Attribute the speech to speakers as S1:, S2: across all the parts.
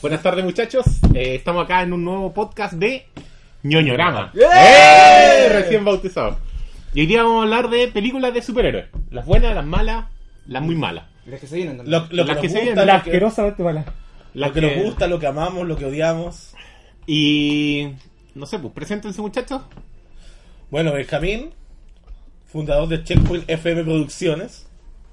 S1: Buenas tardes muchachos, Eh, estamos acá en un nuevo podcast de ñoñorama. ¡Eh! Recién bautizado. Y hoy día vamos a hablar de películas de superhéroes. Las buenas, las malas, las muy malas.
S2: Las que se vienen también.
S3: Lo, lo que
S1: Las
S3: nos
S1: que se
S3: gusta,
S1: vienen,
S3: lo
S1: las
S3: que,
S4: asquerosamente mala.
S1: Las
S3: lo que nos gusta, lo que amamos, lo que odiamos.
S1: Y... No sé, pues preséntense muchachos.
S3: Bueno, Benjamín, fundador de Checkpoint FM Producciones.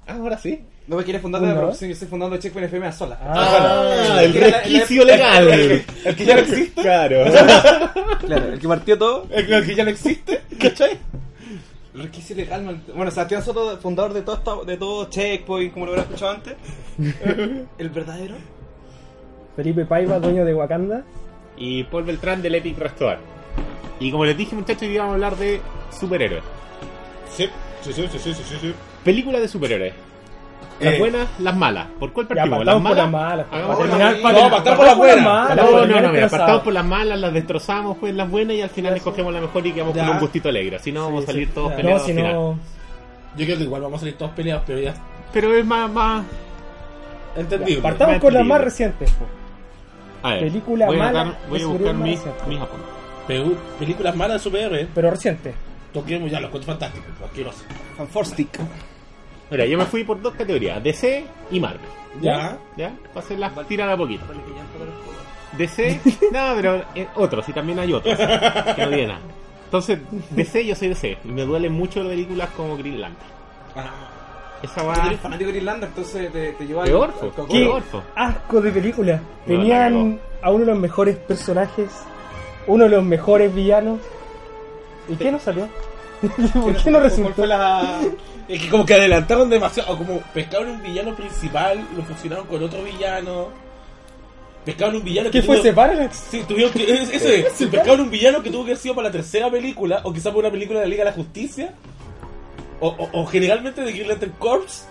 S3: Ah, ahora sí.
S2: No me quieres fundar de la
S4: ¿No?
S2: producción, yo estoy fundando Checkpoint FM a sola.
S3: Ah,
S1: el
S2: la- la-
S1: resquicio legal.
S3: El que, el que ya no existe.
S1: Claro.
S2: Claro, el que partió todo.
S3: El, el que ya no existe. ¿Cachai?
S2: Requisito legal, man. Bueno, Sebastián Soto, fundador de todo, esto- de todo Checkpoint, como lo habrás escuchado antes. el verdadero.
S4: Felipe Paiva, dueño de Wakanda.
S1: y Paul Beltrán del Epic Restaurant. Y como les dije muchachos, hoy día vamos a hablar de superhéroes.
S3: Sí, sí, sí, sí, sí, sí, sí.
S1: Películas de superhéroes. Las
S3: Eh.
S1: buenas, las malas. ¿Por cuál
S4: Ya,
S1: partimos?
S4: partamos por las malas. pues,
S1: Hagamos
S4: para
S1: las
S4: terminar-
S2: no, no,
S4: para terminar-
S3: partamos por las buenas.
S1: No,
S4: malas, para
S1: no, no,
S4: terminar
S1: mira, partamos
S4: cansados.
S1: por las malas, las destrozamos, pues las buenas y al final escogemos la mejor y quedamos
S2: Ya.
S1: con un gustito alegre. Si no, vamos a
S4: Sí,
S1: salir
S4: sí.
S1: todos
S4: No,
S1: peleados
S4: si
S1: al final.
S4: no-
S3: Yo creo que igual vamos a salir todos peleados, pero ya
S1: Pero es más, más.
S3: entendible.
S4: Partamos
S1: Más
S4: con las
S1: entendible.
S4: más recientes. pues.
S1: A ver,
S4: Película
S1: voy a
S4: mala
S1: buscar- voy a
S4: de
S1: buscar
S4: superhéroes
S1: mis,
S4: malas.
S1: mis apuntes.
S3: Pe- películas malas de superhéroes.
S4: Pero reciente.
S3: Toquemos ya los cuentos fantásticos, los asquerosos.
S2: Fanforstic.
S1: Mira, yo me fui por dos categorías: DC y Marvel.
S3: Ya.
S1: ¿Ya? Para hacerlas tirar a poquito.
S2: Vale, que ya empezó el juego.
S1: DC, no, pero eh, otros, y también hay otros, que no tienen nada. Entonces, DC, yo soy DC, y me duelen mucho las películas como Green Lantern.
S3: Ah,
S1: Esa
S2: Tú
S1: va
S2: eres fanático de Irlanda, entonces te, te llevó al-
S1: peor,
S2: al
S1: po,
S2: cocoro.
S1: peor, po.
S4: Asco de película.
S1: No, la
S4: Tenían a uno de los mejores personajes, uno de los mejores villanos. ¿Y qué no salió? ¿Por qué no
S2: ¿Cuál
S4: resultó?
S2: fue la...
S3: Es que como que adelantaron demasiado, o como pescaron un villano principal, lo fusionaron con otro villano. Pescaron un villano
S4: ¿Qué
S3: que
S4: fue
S3: tuvo-
S4: ese Parallax?
S3: Sí, tuvieron que. es- Eso es, si pescaron un villano que tuvo que haber sido para la tercera película, o quizá para una película de la Liga de la Justicia, o, o- o generalmente de Green Lantern Corps.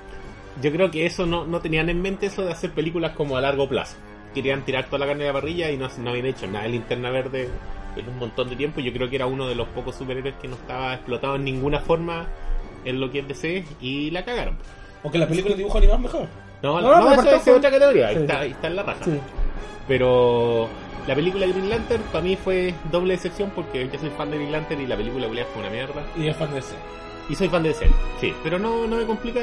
S1: Yo creo que eso no, no tenían en mente eso de hacer películas como a largo plazo. Querían tirar toda la carne de la parrilla y no, no habían hecho nada de linterna verde en un montón de tiempo. Yo creo que era uno de los pocos superhéroes que no estaba explotado en ninguna forma en lo que es DC y la cagaron.
S3: O que la película de dibujo animado es mejor.
S1: No,
S4: No,
S1: no,
S4: no,
S1: eso-
S4: apartado
S1: eso
S4: por-
S1: es otra categoría, ahí
S4: Sí.
S1: está, ahí está en la raja.
S4: Sí.
S1: Pero la película de Green Lantern para mí fue doble decepción porque yo soy fan de Green Lantern y la película culiá fue una mierda.
S3: Y es fan de ese.
S1: Y soy fan de DC, sí. Pero no, no me complica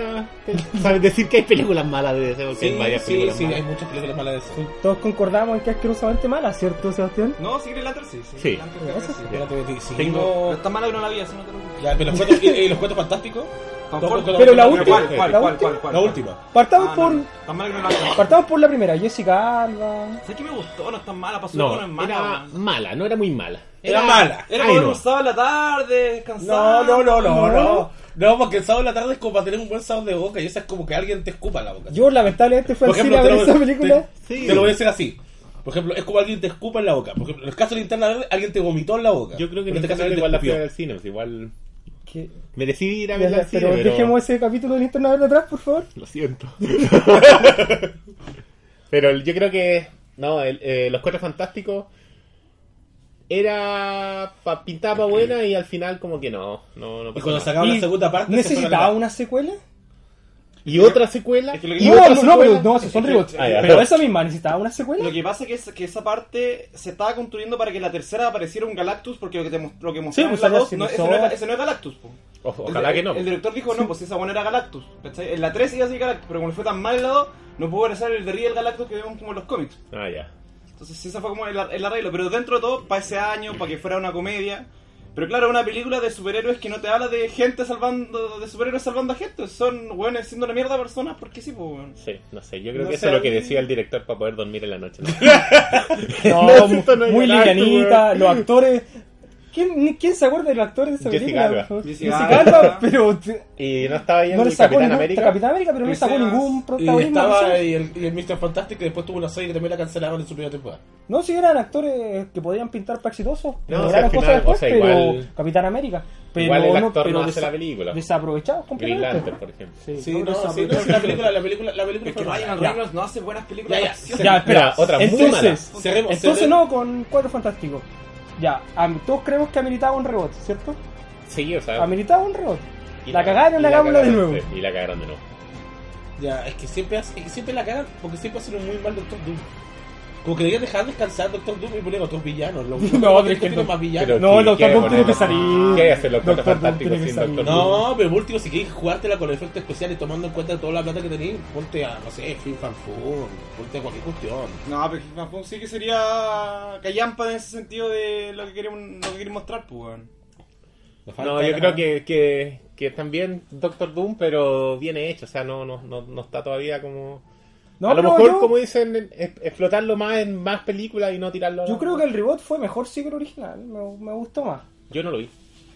S1: eh, saber decir que hay películas malas de DC porque hay
S3: Sí,
S1: varias
S3: sí,
S1: películas
S3: sí,
S1: malas.
S3: hay muchas películas malas de ese.
S4: Sí, Todos concordamos en que es asquerosamente mala, ¿cierto, Sebastián?
S2: No, sí, Irlanda sí. Sí.
S1: Sí.
S2: Irlanda, creo que
S4: Eso
S2: sí.
S1: Ya.
S3: Espérate, que si
S1: Tengo-
S2: Pero
S3: digo-
S2: está mala que no la vi, así no te preocupes.
S3: Ya, pero los cuentos- y- y los cuentos fantásticos.
S2: Fanforstic.
S4: Pero la
S2: ¿Cuál,
S1: última,
S2: ¿Cuál,
S4: la
S2: cuál,
S4: última.
S2: cuál, cuál?
S3: La última.
S4: Partamos
S2: Ah, no,
S4: por
S2: no. Tan mala que no la vi.
S4: partamos por la primera, Jessica Alba.
S2: ¿Sabes que me gustó? No es tan mala, pasó
S1: No,
S2: con el mala.
S1: era
S2: weón.
S1: mala, no era muy mala.
S3: Era mala.
S2: Era
S1: Ay,
S2: como
S1: no.
S2: un sábado en la tarde, descansar.
S3: No, no, no, no,
S4: No.
S3: no. No, porque el sábado en la tarde es como para tener un buen sábado de boca y esa es como que alguien te escupa en la boca.
S4: Yo lamentablemente fui al cine a ver
S3: te
S4: esa
S3: lo-
S4: película.
S3: Te,
S1: Sí.
S3: te lo voy a decir así. Por ejemplo, es como alguien te escupa en la boca. Por ejemplo, en el caso de Linterna Verde, alguien te vomitó en la boca.
S1: Yo creo que
S3: Pero
S1: en este caso
S3: alguien te
S1: igual la fui a
S3: escupió.
S1: ver al cine, pues igual
S4: Que-
S1: merecí ir a
S4: Ya,
S1: verla
S4: ya,
S1: al cine,
S4: pero
S1: pero...
S4: dejemos ese capítulo de Linterna Verde atrás, por favor.
S1: Lo siento. Pero el- yo creo que. No, el- eh, Los Cuatro Fantásticos. Era. Pa, pintaba pa' buena y al final, como que no. no, no
S3: Y
S1: pasó
S3: cuando
S1: nada.
S3: sacaban
S4: Y
S3: la segunda parte, se
S4: ¿Necesitaba
S3: fueron a
S4: una secuela?
S1: Y otra secuela.
S2: Es que lo que-
S1: y
S4: No,
S1: otra
S4: no,
S1: secuela.
S4: no, pero no, esos son reboots.
S1: Ah, ya.
S4: Pero esa misma, ¿necesitaba una secuela?
S2: Lo que pasa que es que esa parte se estaba construyendo para que la tercera apareciera un Galactus, porque lo que, te mos- lo que mostraron
S4: pues,
S2: en la
S4: había
S2: dos, no, ese, no es,
S4: Sinusoid.
S2: ese no es Galactus. po.
S1: O- ojalá
S2: el,
S1: que no.
S2: El director dijo, no, pues esa buena era Galactus. ¿cachai? En la 3 iba a ser Galactus, pero como le fue tan mal en la 2, no pudo regresar el de Real Galactus que vemos como en los cómics.
S1: Ah, ya.
S2: Entonces ese fue como el, ar- el arreglo, pero dentro de todo, para ese año, para que fuera una comedia. Pero claro, una película de superhéroes que no te habla de gente salvando, de superhéroes salvando a gente, son weones siendo una mierda de personas porque sí, pues weón.
S1: Sí, no sé, yo creo
S2: No
S1: que eso
S2: sé,
S1: es lo que
S2: a mí-
S1: decía el director para poder dormir en la noche. ¿no?
S4: No,
S1: Necesito no
S4: muy
S1: llorar,
S4: livianita, los actores. ¿Quién, ni- quién se acuerda de los actores de esa
S1: Jessica
S4: película?
S1: Alba.
S2: Jessica
S4: Jessica
S2: Alba.
S4: Alba, pero t-
S1: Y no estaba
S4: no
S1: yendo
S4: le
S1: el
S4: sacó
S1: Capitán
S4: ningún
S1: América. ah,
S4: Capitán América, pero no le
S2: Chris
S4: sacó
S2: Evans.
S4: ningún
S3: Y
S4: protagonismo.
S3: estaba
S4: ¿no?
S3: y el, y el Mr. Fantastic que después tuvo una serie que también la cancelaron en su primera temporada.
S4: No, si eran actores eh, que podían pintar para exitosos,
S1: No,
S4: lograron
S1: o sea, al
S4: cosas
S1: final,
S4: después,
S1: o sea,
S4: pero
S1: igual-
S4: Capitán América. Pero
S1: Igual el
S4: no-
S1: actor no,
S4: pero
S1: hace
S4: desa-
S1: la película.
S4: Desaprovechados
S1: Green
S4: completamente.
S1: Lantern, por ejemplo.
S3: Sí, no,
S4: no,
S3: sí, no, sí, la película, la película, la película
S2: Es que
S3: fue mala.
S2: Ryan
S4: Ya.
S2: Reynolds no hace buenas películas
S3: Ya,
S2: de
S3: ya,
S2: acción.
S4: Ya, espera.
S1: Mira, otra muy
S4: entonces,
S1: mala.
S3: Cerremos,
S4: entonces
S3: cerremos.
S4: no, con Cuatro Fantásticos. Ya, am- todos creemos que ameritaba un rebote, ¿cierto?
S1: Sí, o sea.
S4: Ameritaba un rebote.
S1: y
S4: la cagaron,
S1: y
S4: hagámosla de
S1: cagaron,
S4: nuevo.
S1: sí, Y la cagaron de nuevo.
S3: Ya, es que siempre, hace- es que siempre la cagan porque siempre hacen un muy mal Doctor Doom. Como que deberían dejar descansar Doctor Doom y poner otros villanos. Los,
S4: No,
S3: los
S4: pero es que
S3: tienen
S4: no.
S3: más villanos.
S1: Pero
S4: No,
S1: sí,
S4: el Doctor
S1: quiere
S4: Doom tiene
S1: poner-
S4: que salir.
S1: ¿Qué hace los
S4: Doctor
S1: Cuatro
S4: Doom
S1: Fantásticos
S4: tiene que
S1: sin
S4: salir.
S1: Doctor Doom?
S3: No, pero por último, si queréis jugártela con efectos especiales, tomando en cuenta toda la plata que tenéis, ponte a, no sé, Film Fan Food, ponte a cualquier cuestión.
S2: No, pero Hitman Phone sí que sería callampa en ese sentido de lo que queremos, lo que queremos mostrar, pues weón.
S3: Le falta
S1: No, yo
S3: la-
S1: creo que, que, que también Doctor Doom, pero viene hecho, o sea, no, no, no, no está todavía como...
S4: No,
S1: a lo
S4: pero
S1: mejor,
S4: yo-
S1: como dicen, es- explotarlo más en más películas y no tirarlo... a la-
S4: Yo creo que el reboot fue mejor sí que el original, me, me gustó más.
S1: Yo no lo vi,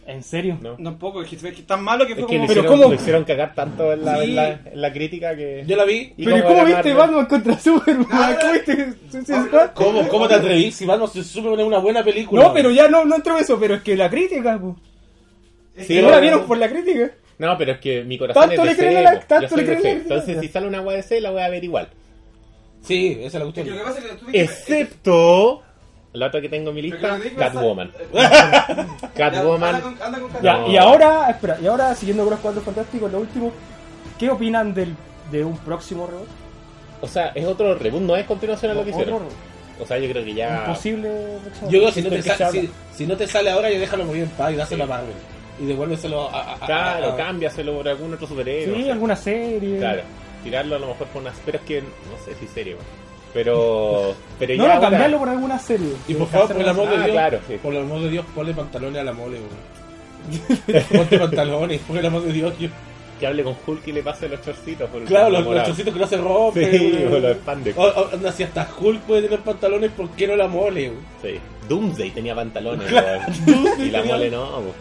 S4: ¿En serio?
S1: no.
S2: Tampoco, es que es que tan malo que fue
S1: Es que
S2: como.
S1: lo
S4: Pero
S1: hicieron,
S4: ¿cómo?
S1: lo hicieron cagar tanto en la,
S2: Sí.
S1: en la, en la crítica que...
S3: Yo la vi.
S1: ¿Y
S4: Pero ¿y
S1: cómo
S4: ¿cómo,
S1: llamarlo?
S4: viste Batman contra Superman?
S1: Ah,
S4: ¿Cómo viste Suicide Squad?
S3: ¿Cómo, cómo te atrevís? Si vamos, se supone una buena película.
S4: No, pero ya no, no entro en eso, pero es que la crítica, po.
S1: Sí,
S4: no
S1: pero-
S4: la vieron por la crítica.
S1: No, pero es que mi corazón
S4: Tanto le
S1: es de
S4: creen a
S1: DC,
S4: la-
S1: po. Yo
S4: tanto
S1: soy
S4: le creen a
S1: DC.
S4: la crítica.
S1: Entonces, si sale una agua DC, la voy a ver igual.
S3: Sí, esa es la cuestión.
S2: Lo que pasa es que tú
S1: Excepto... La otra que tengo en mi lista, Catwoman.
S2: Anda
S1: Catwoman...
S2: con, anda con
S4: Ya,
S2: Catwoman.
S1: No.
S4: y ahora, espera, y ahora siguiendo con los cuatro fantásticos, lo último, ¿qué opinan del, de un próximo reboot?
S1: O sea, es otro reboot, no es continuación a lo que
S4: Otro
S1: hicieron.
S4: reboot,
S1: O sea, Ah. yo creo que ya...
S4: un posible
S3: Yo creo
S4: próximo reboot,
S3: que si no,
S4: del
S3: te
S4: que se
S3: sa-
S4: habla.
S3: si, si no te sale ahora, ya déjalo morir en paz y dáselo a Marvel. Y devuélveselo a. a- a-
S1: Claro,
S3: a-
S1: cámbiaselo por algún otro superhéroe. no
S4: Ah. Sí,
S1: sé.
S4: alguna serie.
S1: Claro, tirarlo a lo mejor por unas. Pero es que no sé si serio, weón. Pero. Pero ya.
S4: No, no,
S1: ahora-
S4: cambiarlo por alguna serie.
S3: Y por favor, por el amor de
S1: Ah,
S3: Dios,
S1: claro, sí.
S3: por el amor de Dios, ponle pantalones a la mole, weón. Ponte pantalones, por el amor de Dios. yo-
S1: Que hable con Hulk y le pase los chorcitos. Por el
S3: Claro, los,
S1: campo
S3: los
S1: morado.
S3: chorcitos que no se rompen.
S1: Sí,
S3: weón.
S1: o los spandex.
S3: O- o- anda, si hasta Hulk puede tener pantalones, ¿por qué no la mole? weón?
S1: Sí. Doomsday tenía pantalones, weón.
S3: Doomsday
S1: Y la
S3: tenía-
S1: mole no, weón.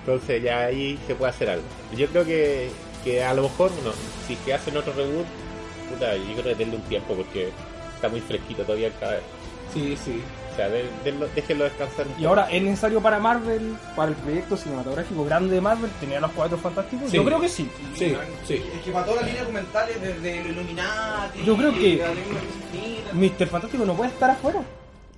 S1: Entonces ya ahí se puede hacer algo. Yo creo que, que a lo mejor, no, si es que hacen otro reboot, puta, yo creo que denle un tiempo porque está muy fresquito todavía el cabello.
S3: Sí, sí.
S1: O sea, de- denlo- déjenlo descansar. un
S4: Y
S1: poco.
S4: ahora es necesario para Marvel, para el proyecto cinematográfico grande de Marvel, tener a los cuatro fantásticos.
S3: Sí.
S4: Pues Yo creo que sí.
S3: Sí, sí.
S2: Es que para todas las líneas documentales, desde el Illuminati.
S4: Yo creo que-
S2: la lengua infinita.
S4: Mr. Fantástico no puede estar afuera.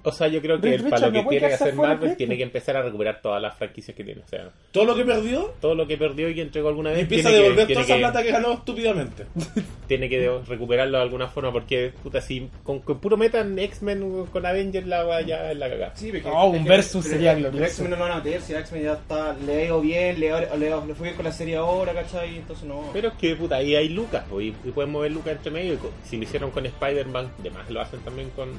S1: O sea, yo creo que
S4: Reed
S1: el
S4: Richards
S1: para lo que
S4: no puede
S1: tiene que
S4: quedarse
S1: hacer
S4: fuera del
S1: Marvel
S4: proyecto.
S1: tiene que empezar a recuperar todas las franquicias que tiene. O sea,
S3: Todo lo que perdió,
S1: todo lo que perdió y que entregó alguna
S3: y
S1: vez
S3: empieza a
S1: tiene,
S3: devolver
S1: que,
S3: toda
S1: tiene,
S3: esa
S1: que,
S3: plata que ganó estúpidamente.
S1: tiene que de- recuperarlo de alguna forma. Porque, puta, si con, con puro meta en X-Men con Avengers la weá ya es la cagada.
S2: Sí, porque,
S4: No, un
S2: es que-
S4: versus
S2: pero-
S4: sería
S2: pero
S4: glorioso.
S2: X-Men no lo van a meter, si X-Men ya está, leo bien, leo, leo, le fue bien con la serie ahora, ¿cachai? Entonces no.
S1: Pero es que, puta, ahí hay Lucas po, y, y pueden mover Lucas entre medio. y co- si lo hicieron con Spider-Man, demás lo hacen también con,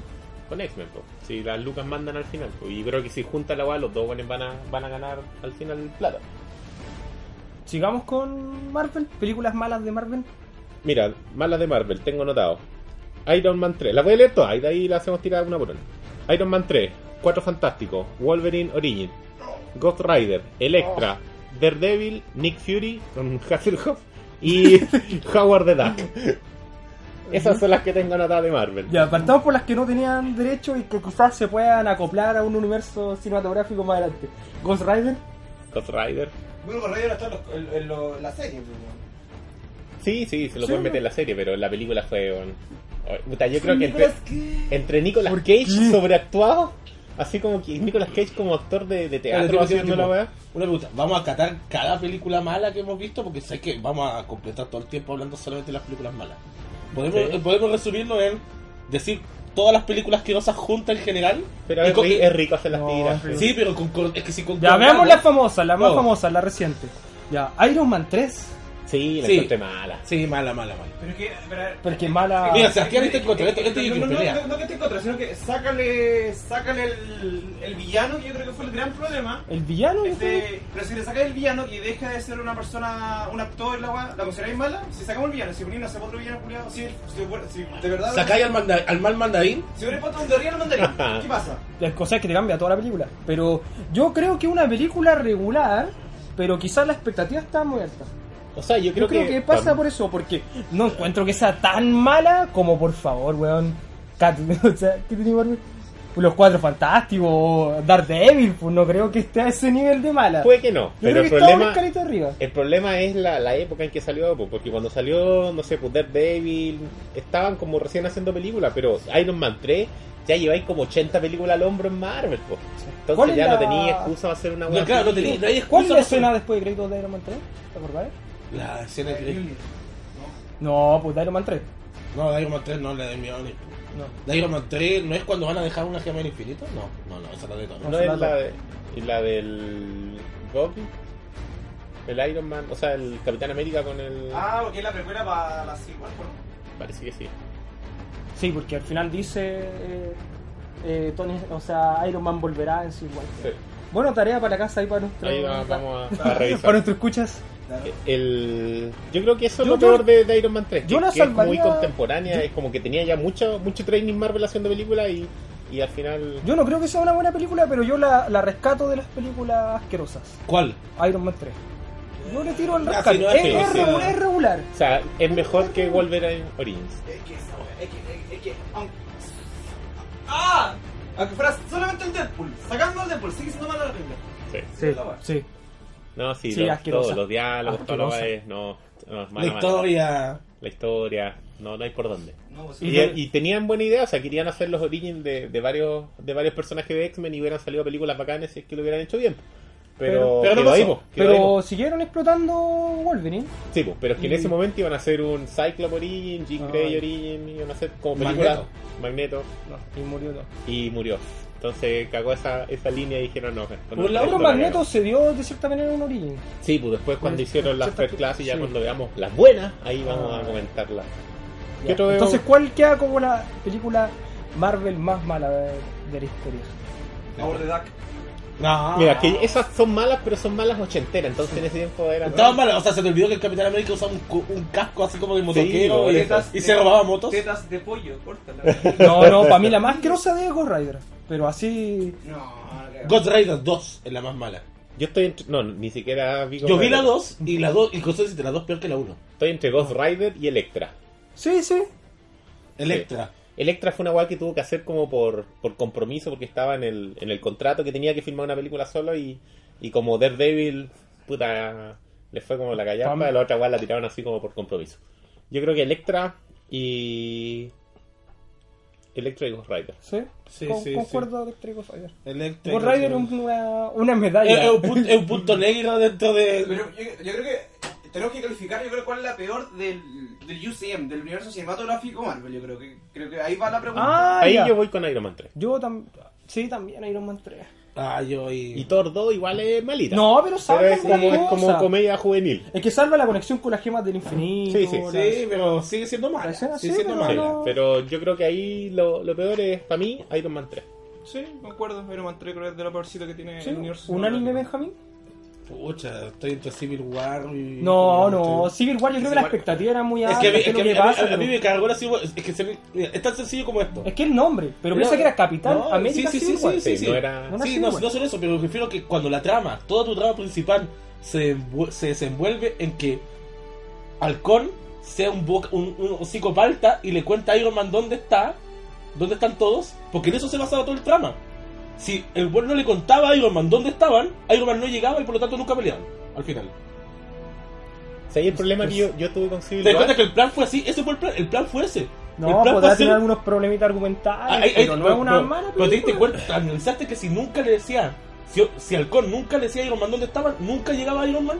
S1: con X-Men. po. Si las Lucas mandan al final. po, y creo que si junta la weá, los dos weones van a, van a ganar al final plata.
S4: Sigamos con Marvel, películas malas de Marvel.
S1: Mira, malas de Marvel, tengo notado. Iron Man 3, la voy a leer toda y de ahí la hacemos tirar una por una. Iron Man 3, Cuatro Fantásticos, Wolverine Origin, Ghost Rider, Electra,
S4: Oh.
S1: Daredevil, Nick Fury con Hasselhoff y Howard the Duck. Esas son las que tengo anotadas de Marvel.
S4: Ya, partamos por las que no tenían derecho y que quizás se puedan acoplar a un universo cinematográfico más adelante. Ghost Rider,
S1: Ghost Rider.
S2: Bueno, con Radio está en, lo- la serie, pues, weón.
S1: Sí, sí, se lo
S4: Sí,
S1: pueden
S4: no.
S1: meter en la serie, pero la película fue... un- Ay, puta, yo creo que entre,
S2: Cage.
S1: entre Nicolas
S4: ¿Por
S1: Cage
S4: qué?
S1: sobreactuado, así como que Nicolas Cage como actor de, de
S3: Vale,
S1: teatro
S3: tipo,
S1: haciendo
S3: tipo,
S1: la weá.
S3: Una pregunta, ¿vamos a catar cada película mala que hemos visto? Porque sé que vamos a completar todo el tiempo hablando solamente de las películas malas. ¿Podemos,
S1: Sí.
S3: podemos resumirlo en decir todas las películas asquerosas juntas en general?
S1: Pero
S3: Y
S1: es,
S3: co-
S1: ri- es rico hacer las
S4: No,
S1: tiras.
S4: es rico.
S3: Sí, pero con, con- es que si con...
S4: ya
S3: con-
S4: veamos la famosa, la más
S3: Vamos.
S4: famosa, la reciente. Ya, Iron Man 3,
S1: Sí, la
S3: Sí.
S1: encontré mala.
S3: Sí, mala, mala, mala.
S2: Pero es que, pero-
S4: Porque mala.
S3: Mira, Sebastián este está en contra. Esto, esto yo
S2: no,
S3: creo
S2: no,
S3: que
S2: no,
S3: pelea.
S2: no, no que esté en contra, sino que sácale, sácale el, el villano, que yo creo que fue el gran problema.
S4: El villano. yo creo.
S2: Este, pero si le sacas el villano y deja de ser una persona, un actor, la weá, ¿la consideráis mala? Si sacamos el villano, si ponís no sé otro villano culiado, si, si, si de verdad.
S3: Sacáis al, manda- al mal mandarín.
S2: Si hubiera puesto un de al mandarín, ¿qué pasa?
S4: Las cosas que te cambia toda la película. Pero yo creo que una película regular, pero quizás la expectativa está muy alta.
S1: O sea, yo creo,
S4: Yo creo que, pasa por eso, porque no encuentro que sea tan mala como por favor, weón. Cat, o sea, ¿qué tiene Marvel? Los Cuatro Fantásticos, o Daredevil, pues no creo que esté a ese nivel de mala.
S1: Puede que no,
S4: Yo
S1: pero
S4: creo
S1: el
S4: que está una
S1: problema,
S4: escalita arriba.
S1: el problema es la, la época en que salió, pues, porque cuando salió, no sé, pues Daredevil, estaban como recién haciendo películas, pero Iron Man 3 ya lleváis como 80 películas al hombro en Marvel, pues.
S4: ¿Cuál
S1: Entonces
S4: es
S1: ya
S4: la-
S1: no tenía excusa para hacer una
S3: No,
S1: buena
S3: claro, no
S1: película.
S3: tenéis no hay
S4: ¿Cuál es la
S3: excusa,
S4: escena
S3: no
S4: después de créditos de Iron Man 3? ¿Te acordás?
S3: sé. La escena de...
S4: No, pues de Iron Man 3.
S3: No, de Iron Man 3 no, la de Mioni.
S4: No.
S3: De Iron Man 3 no es cuando van a dejar una gema del infinito. No, no, no, esa no de todo.
S1: No es la, de, y la del Bobby, el Iron Man, o sea, el Capitán América con el...
S2: Ah, porque es la precuela para la Civil War, ¿no?
S1: Parece que sí.
S4: Sí, porque al final dice. eh, eh, Tony, o sea, Iron Man volverá en su igual.
S1: Sí.
S4: Bueno, tarea para casa ahí para nuestro.
S1: Ahí va- vamos a, a
S4: para,
S1: revisar.
S4: nuestro escuchas.
S1: El, yo creo que eso es
S4: Yo-
S1: lo
S4: yo-
S1: peor de, de Iron Man 3. que-
S4: yo la
S1: que es
S4: salvaría-
S1: muy contemporánea,
S4: yo-
S1: es como que tenía ya mucho mucho training Marvel haciendo películas y, y al final.
S4: Yo no creo que sea una buena película, pero yo la, la rescato de las películas asquerosas.
S3: ¿Cuál?
S4: Iron Man 3. Yo le tiro el
S3: Ah,
S4: rescate.
S3: sí, no,
S4: es,
S3: sí,
S4: es
S3: sí,
S4: regular,
S3: no.
S4: es regular.
S1: O sea, es mejor que Wolverine Origins.
S2: Es que esa weá, es que, es que, aunque. ¡Ah! Aunque fuera solamente el Deadpool, sacando al Deadpool, sigue siendo mala la película.
S1: Sí.
S4: Sí, sí.
S1: No, sí,
S4: Sí,
S1: lo-
S4: asquerosa.
S1: todos los diálogos, todo lo
S4: Asquerosa.
S1: es. No, no, es mala,
S3: la
S1: mala.
S3: historia.
S1: La historia. No, no hay por dónde.
S2: No, pues,
S1: Y, y tenían buena idea, o sea, querían hacer los origins de, de varios de varios personajes de X-Men y hubieran salido películas bacanes si es que lo hubieran hecho bien. Pero, quedó
S3: Pero- pero no pasó.
S1: ahí, po, quedó ahí, po.
S4: Pero siguieron explotando Wolverine.
S1: Sí, pues, pero es que en
S4: Y-
S1: ese momento iban a hacer un Cyclops Origin, Jean
S4: Ah,
S1: Grey
S4: ya.
S1: Origin, iban a hacer como
S3: Magneto.
S1: películas Magneto.
S4: y murió todo.
S1: y murió. Entonces cagó esa, esa línea y dijeron no. esto no
S3: Por
S1: esto
S3: la
S4: Pero
S3: Pero
S1: no
S4: Pues Magneto
S1: cagó.
S4: se dio de cierta manera un origen.
S1: Sí, pues después cuando
S4: Pues,
S1: hicieron las
S4: cierta-
S1: first class y ya
S4: sí.
S1: cuando veamos las buenas, ahí vamos
S4: Ah.
S1: a comentarlas. ¿Qué
S4: Ya.
S1: otro veo?
S4: Entonces, ¿cuál queda como la película Marvel más mala de, de la historia?
S2: Power the Duck.
S3: No.
S1: Mira, que esas son malas, pero son malas ochenteras, entonces en ese tiempo era...
S3: Estaban malas, o sea, se te olvidó que el Capitán América usaba un, cu- un casco así como de motoquero
S1: no,
S3: y,
S1: tetas-
S3: y se robaba motos.
S2: Tetas de pollo, córtala.
S4: No, no, para mí la más grosa de Ghost Rider. Pero así.
S2: No, no, no.
S3: Ghost Rider 2 es la más mala.
S1: Yo estoy entre... No, ni siquiera vi...
S3: Yo vi la 2 y la 2, y José dice la 2 peor que la 1.
S1: Estoy entre Ghost Rider y Electra.
S4: Sí, sí.
S3: Electra.
S1: Electra fue una guay que tuvo que hacer como por, por compromiso, porque estaba en el, en el contrato que tenía que filmar una película solo y, y como Daredevil, puta, le fue como la callapa,
S4: Pam.
S1: la otra guay la tiraron así como por compromiso. Yo creo que Electra y... Electra y Ghost Rider.
S4: Sí,
S3: Sí,
S4: Con-
S3: sí,
S4: concuerdo eléctrico Ghost Rider.
S3: Electra.
S4: Ghost Rider es una, una medalla.
S3: Es, es un punto, es un punto negro dentro de.
S2: Pero yo, yo creo que tenemos que calificar, yo creo, cuál es la peor del, del UCM, del universo cinematográfico Marvel. Yo creo que, creo que ahí va la pregunta.
S4: Ah,
S1: Ahí
S4: ya.
S1: yo voy con Iron Man 3.
S4: Yo también. Sí, también Iron Man 3.
S3: Ah, yo y.
S1: Y Thor 2 igual es malita.
S4: No, pero salva
S1: pero es
S4: alguna
S1: como, es
S4: cosa.
S1: como comedia juvenil.
S4: Es que salva la conexión con las gemas del infinito.
S1: Sí, sí,
S4: la-
S3: Sí, pero sigue siendo mala.
S4: Sí,
S3: Sigue
S4: sí,
S3: siendo
S4: pero
S3: mala.
S4: Ah, no.
S1: Pero yo creo que ahí lo, lo peor es, para mí, Iron Man 3.
S2: Sí, me acuerdo, Iron Man 3 creo que es de lo peorcito que tiene
S4: Sí,
S2: el universo.
S4: ¿Un anime
S2: cinematográfico.
S4: Benjamín?
S3: Pucha, estoy entre Civil War y.
S4: No,
S3: y-
S4: no. Civil War yo creo que la
S2: Civil War-
S4: expectativa era muy
S3: Es
S4: alta.
S3: que, a mí-
S4: qué
S3: es
S4: es
S3: que a
S4: lo
S3: mí-
S4: que
S3: a mí-
S4: pasa,
S3: a mí me
S4: pero-
S3: cargó la Civil War. Es que se me- mira, es tan sencillo como esto.
S4: Es que el nombre, pero
S3: No,
S4: piensa que era Capital
S3: no,
S4: América
S3: sí, sí,
S4: Civil
S3: sí,
S4: War.
S3: sí,
S1: Sí,
S3: sí.
S1: no era...
S4: No,
S3: Sí,
S4: Civil
S3: no,
S4: War.
S3: no solo eso, pero me refiero que cuando la trama, toda tu trama principal se, envu- se desenvuelve en que Halcón sea un, boca- un, un psicopalta y le cuenta a Iron Man dónde está, dónde están todos, porque en eso se basaba todo el trama. Si el buen no le contaba a Iron Man dónde estaban, Iron Man no llegaba y por lo tanto nunca peleaban al final.
S1: O sea, ahí el problema que yo, yo tuve con Civil
S3: ¿Te das
S1: War...
S3: cuenta que el plan fue así? Ese fue el plan, el plan fue ese. el
S4: No, pues
S3: plan
S4: podrá
S3: fue
S4: tener
S3: hacer-
S4: algunos problemitas argumentales,
S3: Ah, ahí- ahí-
S4: pero no es una mala
S3: pero te diste
S4: película.
S3: cuenta, analizaste que si nunca le decía, si, si Halcón nunca le decía a Iron Man dónde estaban, nunca llegaba Iron Man.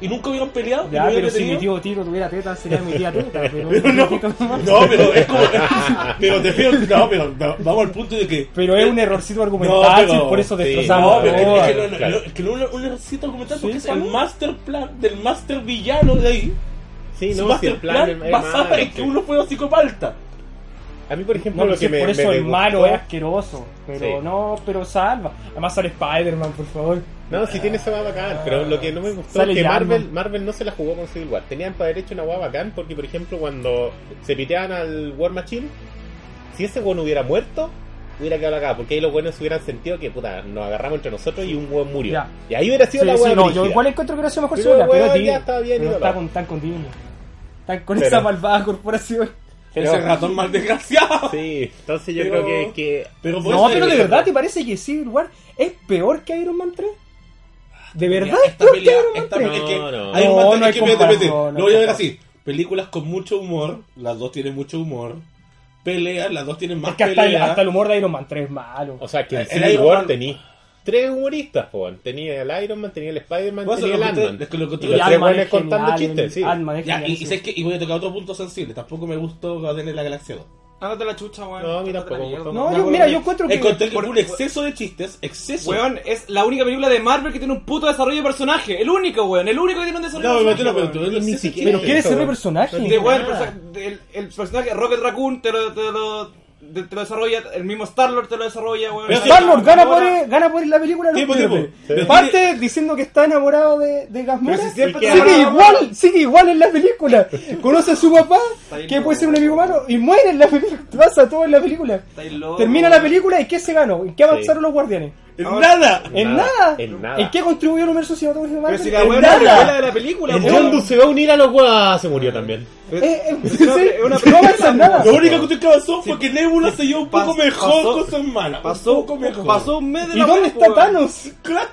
S3: y nunca hubieran peleado. y
S4: Ya,
S3: no hubieran
S4: pero si mi
S3: detenido.
S4: tío Tito tuviera teta, sería mi tía teta. Pero
S3: No,
S4: no.
S3: no, pero es como. pero te digo- no, pero va- vamos al punto de que.
S4: Pero es un errorcito argumental,
S3: pero-
S4: si por eso
S1: sí,
S4: destrozamos.
S3: No,
S4: la
S3: pero es-
S4: boda.
S3: es que no- no-
S1: Claro.
S3: es que no es un errorcito argumental
S4: Sí,
S3: porque es
S4: está
S3: el
S4: bien.
S3: master plan del master villano de ahí.
S1: Sí,
S3: su
S1: no, si
S3: master
S1: el plan,
S3: plan,
S1: es- es
S3: basado
S1: malo,
S3: en que
S1: sí.
S3: uno fue psicopalta.
S1: A mí, por ejemplo,
S4: No,
S1: lo
S4: sí,
S1: que me.
S4: por
S1: me
S4: eso el
S1: disgustó-
S4: malo es asqueroso. Pero
S1: Sí.
S4: no, pero salva. Además sale Spider-Man, por favor.
S1: No, si tiene esa guava bacán, pero lo que no me gustó
S4: Sale
S1: es que
S4: Jarmo.
S1: Marvel, Marvel no se la jugó con Civil War. Tenían para derecho una guava bacán porque, por ejemplo, cuando se piteaban al War Machine, si ese weón hubiera muerto, hubiera quedado acá, porque ahí los buenos hubieran sentido que, puta, nos agarramos entre nosotros y un weón murió.
S4: Ya.
S1: Y ahí hubiera
S4: Sí,
S1: sido la
S4: sí,
S1: guava
S4: no, yo
S1: brígida.
S4: igual encuentro que no sido mejor
S1: Pero,
S4: segura, pero
S1: weón,
S4: tío,
S1: ya está bien,
S4: pero
S1: y
S4: está
S1: todo.
S4: con, tan con Disney. Están con
S1: Pero-
S4: esa malvada corporación.
S1: Pero-
S3: Ese ratón más desgraciado.
S1: Sí, entonces yo
S3: Pero-
S1: creo que. que
S3: Pero por eso-
S4: No,
S1: eh,
S4: pero de verdad, ¿te parece que Civil War es peor que Iron Man 3? ¿De verdad es
S3: Esta
S4: peor que
S3: pelea,
S4: Iron Man
S3: esta
S4: 3?
S3: pelea es que
S1: No, no.
S3: hay un
S4: No,
S3: montón-
S4: no
S3: es
S4: hay
S3: que espérate, espérate,
S4: comparación, no
S3: lo voy a ver
S4: hay
S3: así. Películas con mucho humor, las dos tienen mucho humor. Peleas, las dos tienen más
S4: Es que hasta el,
S3: peleas.
S4: hasta el humor de Iron Man 3 es malo.
S1: O sea, que en
S3: El
S1: Civil
S3: Eh, Iron
S1: War
S3: Man-
S1: tenía tres humoristas, po. Tenía el Iron Man, tenía el Spider-Man,
S3: Pues eso
S1: tenía el
S3: es lo que
S1: Ant-Man.
S3: te- es que lo que te-
S1: Y
S3: Y
S1: los tres
S4: Ant-Man
S1: buenos
S4: es
S1: contando
S4: genial,
S1: chistes, sí.
S4: Ant-Man es
S3: Ya,
S4: genial,
S3: y,
S4: sí.
S3: y sé que- y voy a tocar otro punto sensible. Tampoco me gustó Guardianes de la Galaxia 2.
S2: Ándate la chucha, weón.
S1: No, mira,
S2: Ándate la
S1: poco,
S2: mierda.
S1: poco.
S4: No,
S2: Me
S4: yo,
S2: acuerdo
S4: mira,
S2: que-
S4: yo encuentro que...
S3: Encontré que
S2: por-
S3: fue un exceso de chistes, exceso.
S2: Weón, es la única película de Marvel que tiene un puto desarrollo de personaje. El único, weón. El único que tiene un desarrollo
S3: no,
S2: de
S3: me
S2: personaje.
S3: pero
S2: weón.
S3: tú eres
S1: Ni
S3: exceso de
S1: siquiera-
S4: Pero
S3: chistes.
S4: ¿quiere
S1: Eso,
S4: ser mi
S1: weón.
S4: personaje?
S1: No
S2: De, weón, el,
S1: nada.
S2: perso- el, el personaje Rocket Raccoon te lo, te lo, te, te lo desarrolla. El mismo Star-Lord te lo desarrolla, weón.
S3: Pero
S4: Star-Lord gana por,
S2: Ahora-
S4: gana por la película de
S2: pues,
S3: Tiempo,
S4: los
S3: tiempo.
S4: Vengadores.
S3: Sí.
S4: Parte diciendo que está enamorado de, de Gasmora.
S2: Pero si siempre
S4: sigue,
S2: te enamoraba.
S4: igual, sigue igual en la película. Conoce a su papá,
S2: bien
S4: que
S2: loco.
S4: puede ser un amigo humano, y muere en la película. Pasa todo en la película.
S2: Estáis loco,
S4: Termina la
S2: weón.
S4: película y ¿qué se ganó? ¿En qué avanzaron los guardianes?
S3: ¡Nada!
S4: En
S1: Nada,
S4: nada.
S1: en nada.
S4: qué contribuyó el universo cinematográfico de
S2: Pero
S4: Marvel?
S2: si la
S4: En
S2: weón es la
S4: nada.
S2: precuela de la película,
S1: El
S2: weón.
S1: Yondu se va a unir a los guas. Se murió también.
S4: Eh, eh,
S2: Es una-
S4: sí,
S2: es una
S4: no
S2: precuela,
S4: avanza en nada.
S3: Lo único que te avanzó fue que Nebula se llevó un
S2: Pas-
S3: poco mejor
S2: pasó-
S3: con su hermana.
S2: Pasó,
S3: un poco mejor.
S2: pasó un mes de pues,
S4: ¿Y
S2: la
S4: dónde
S2: weá,
S4: está
S2: weón.
S4: Thanos?
S3: Claro.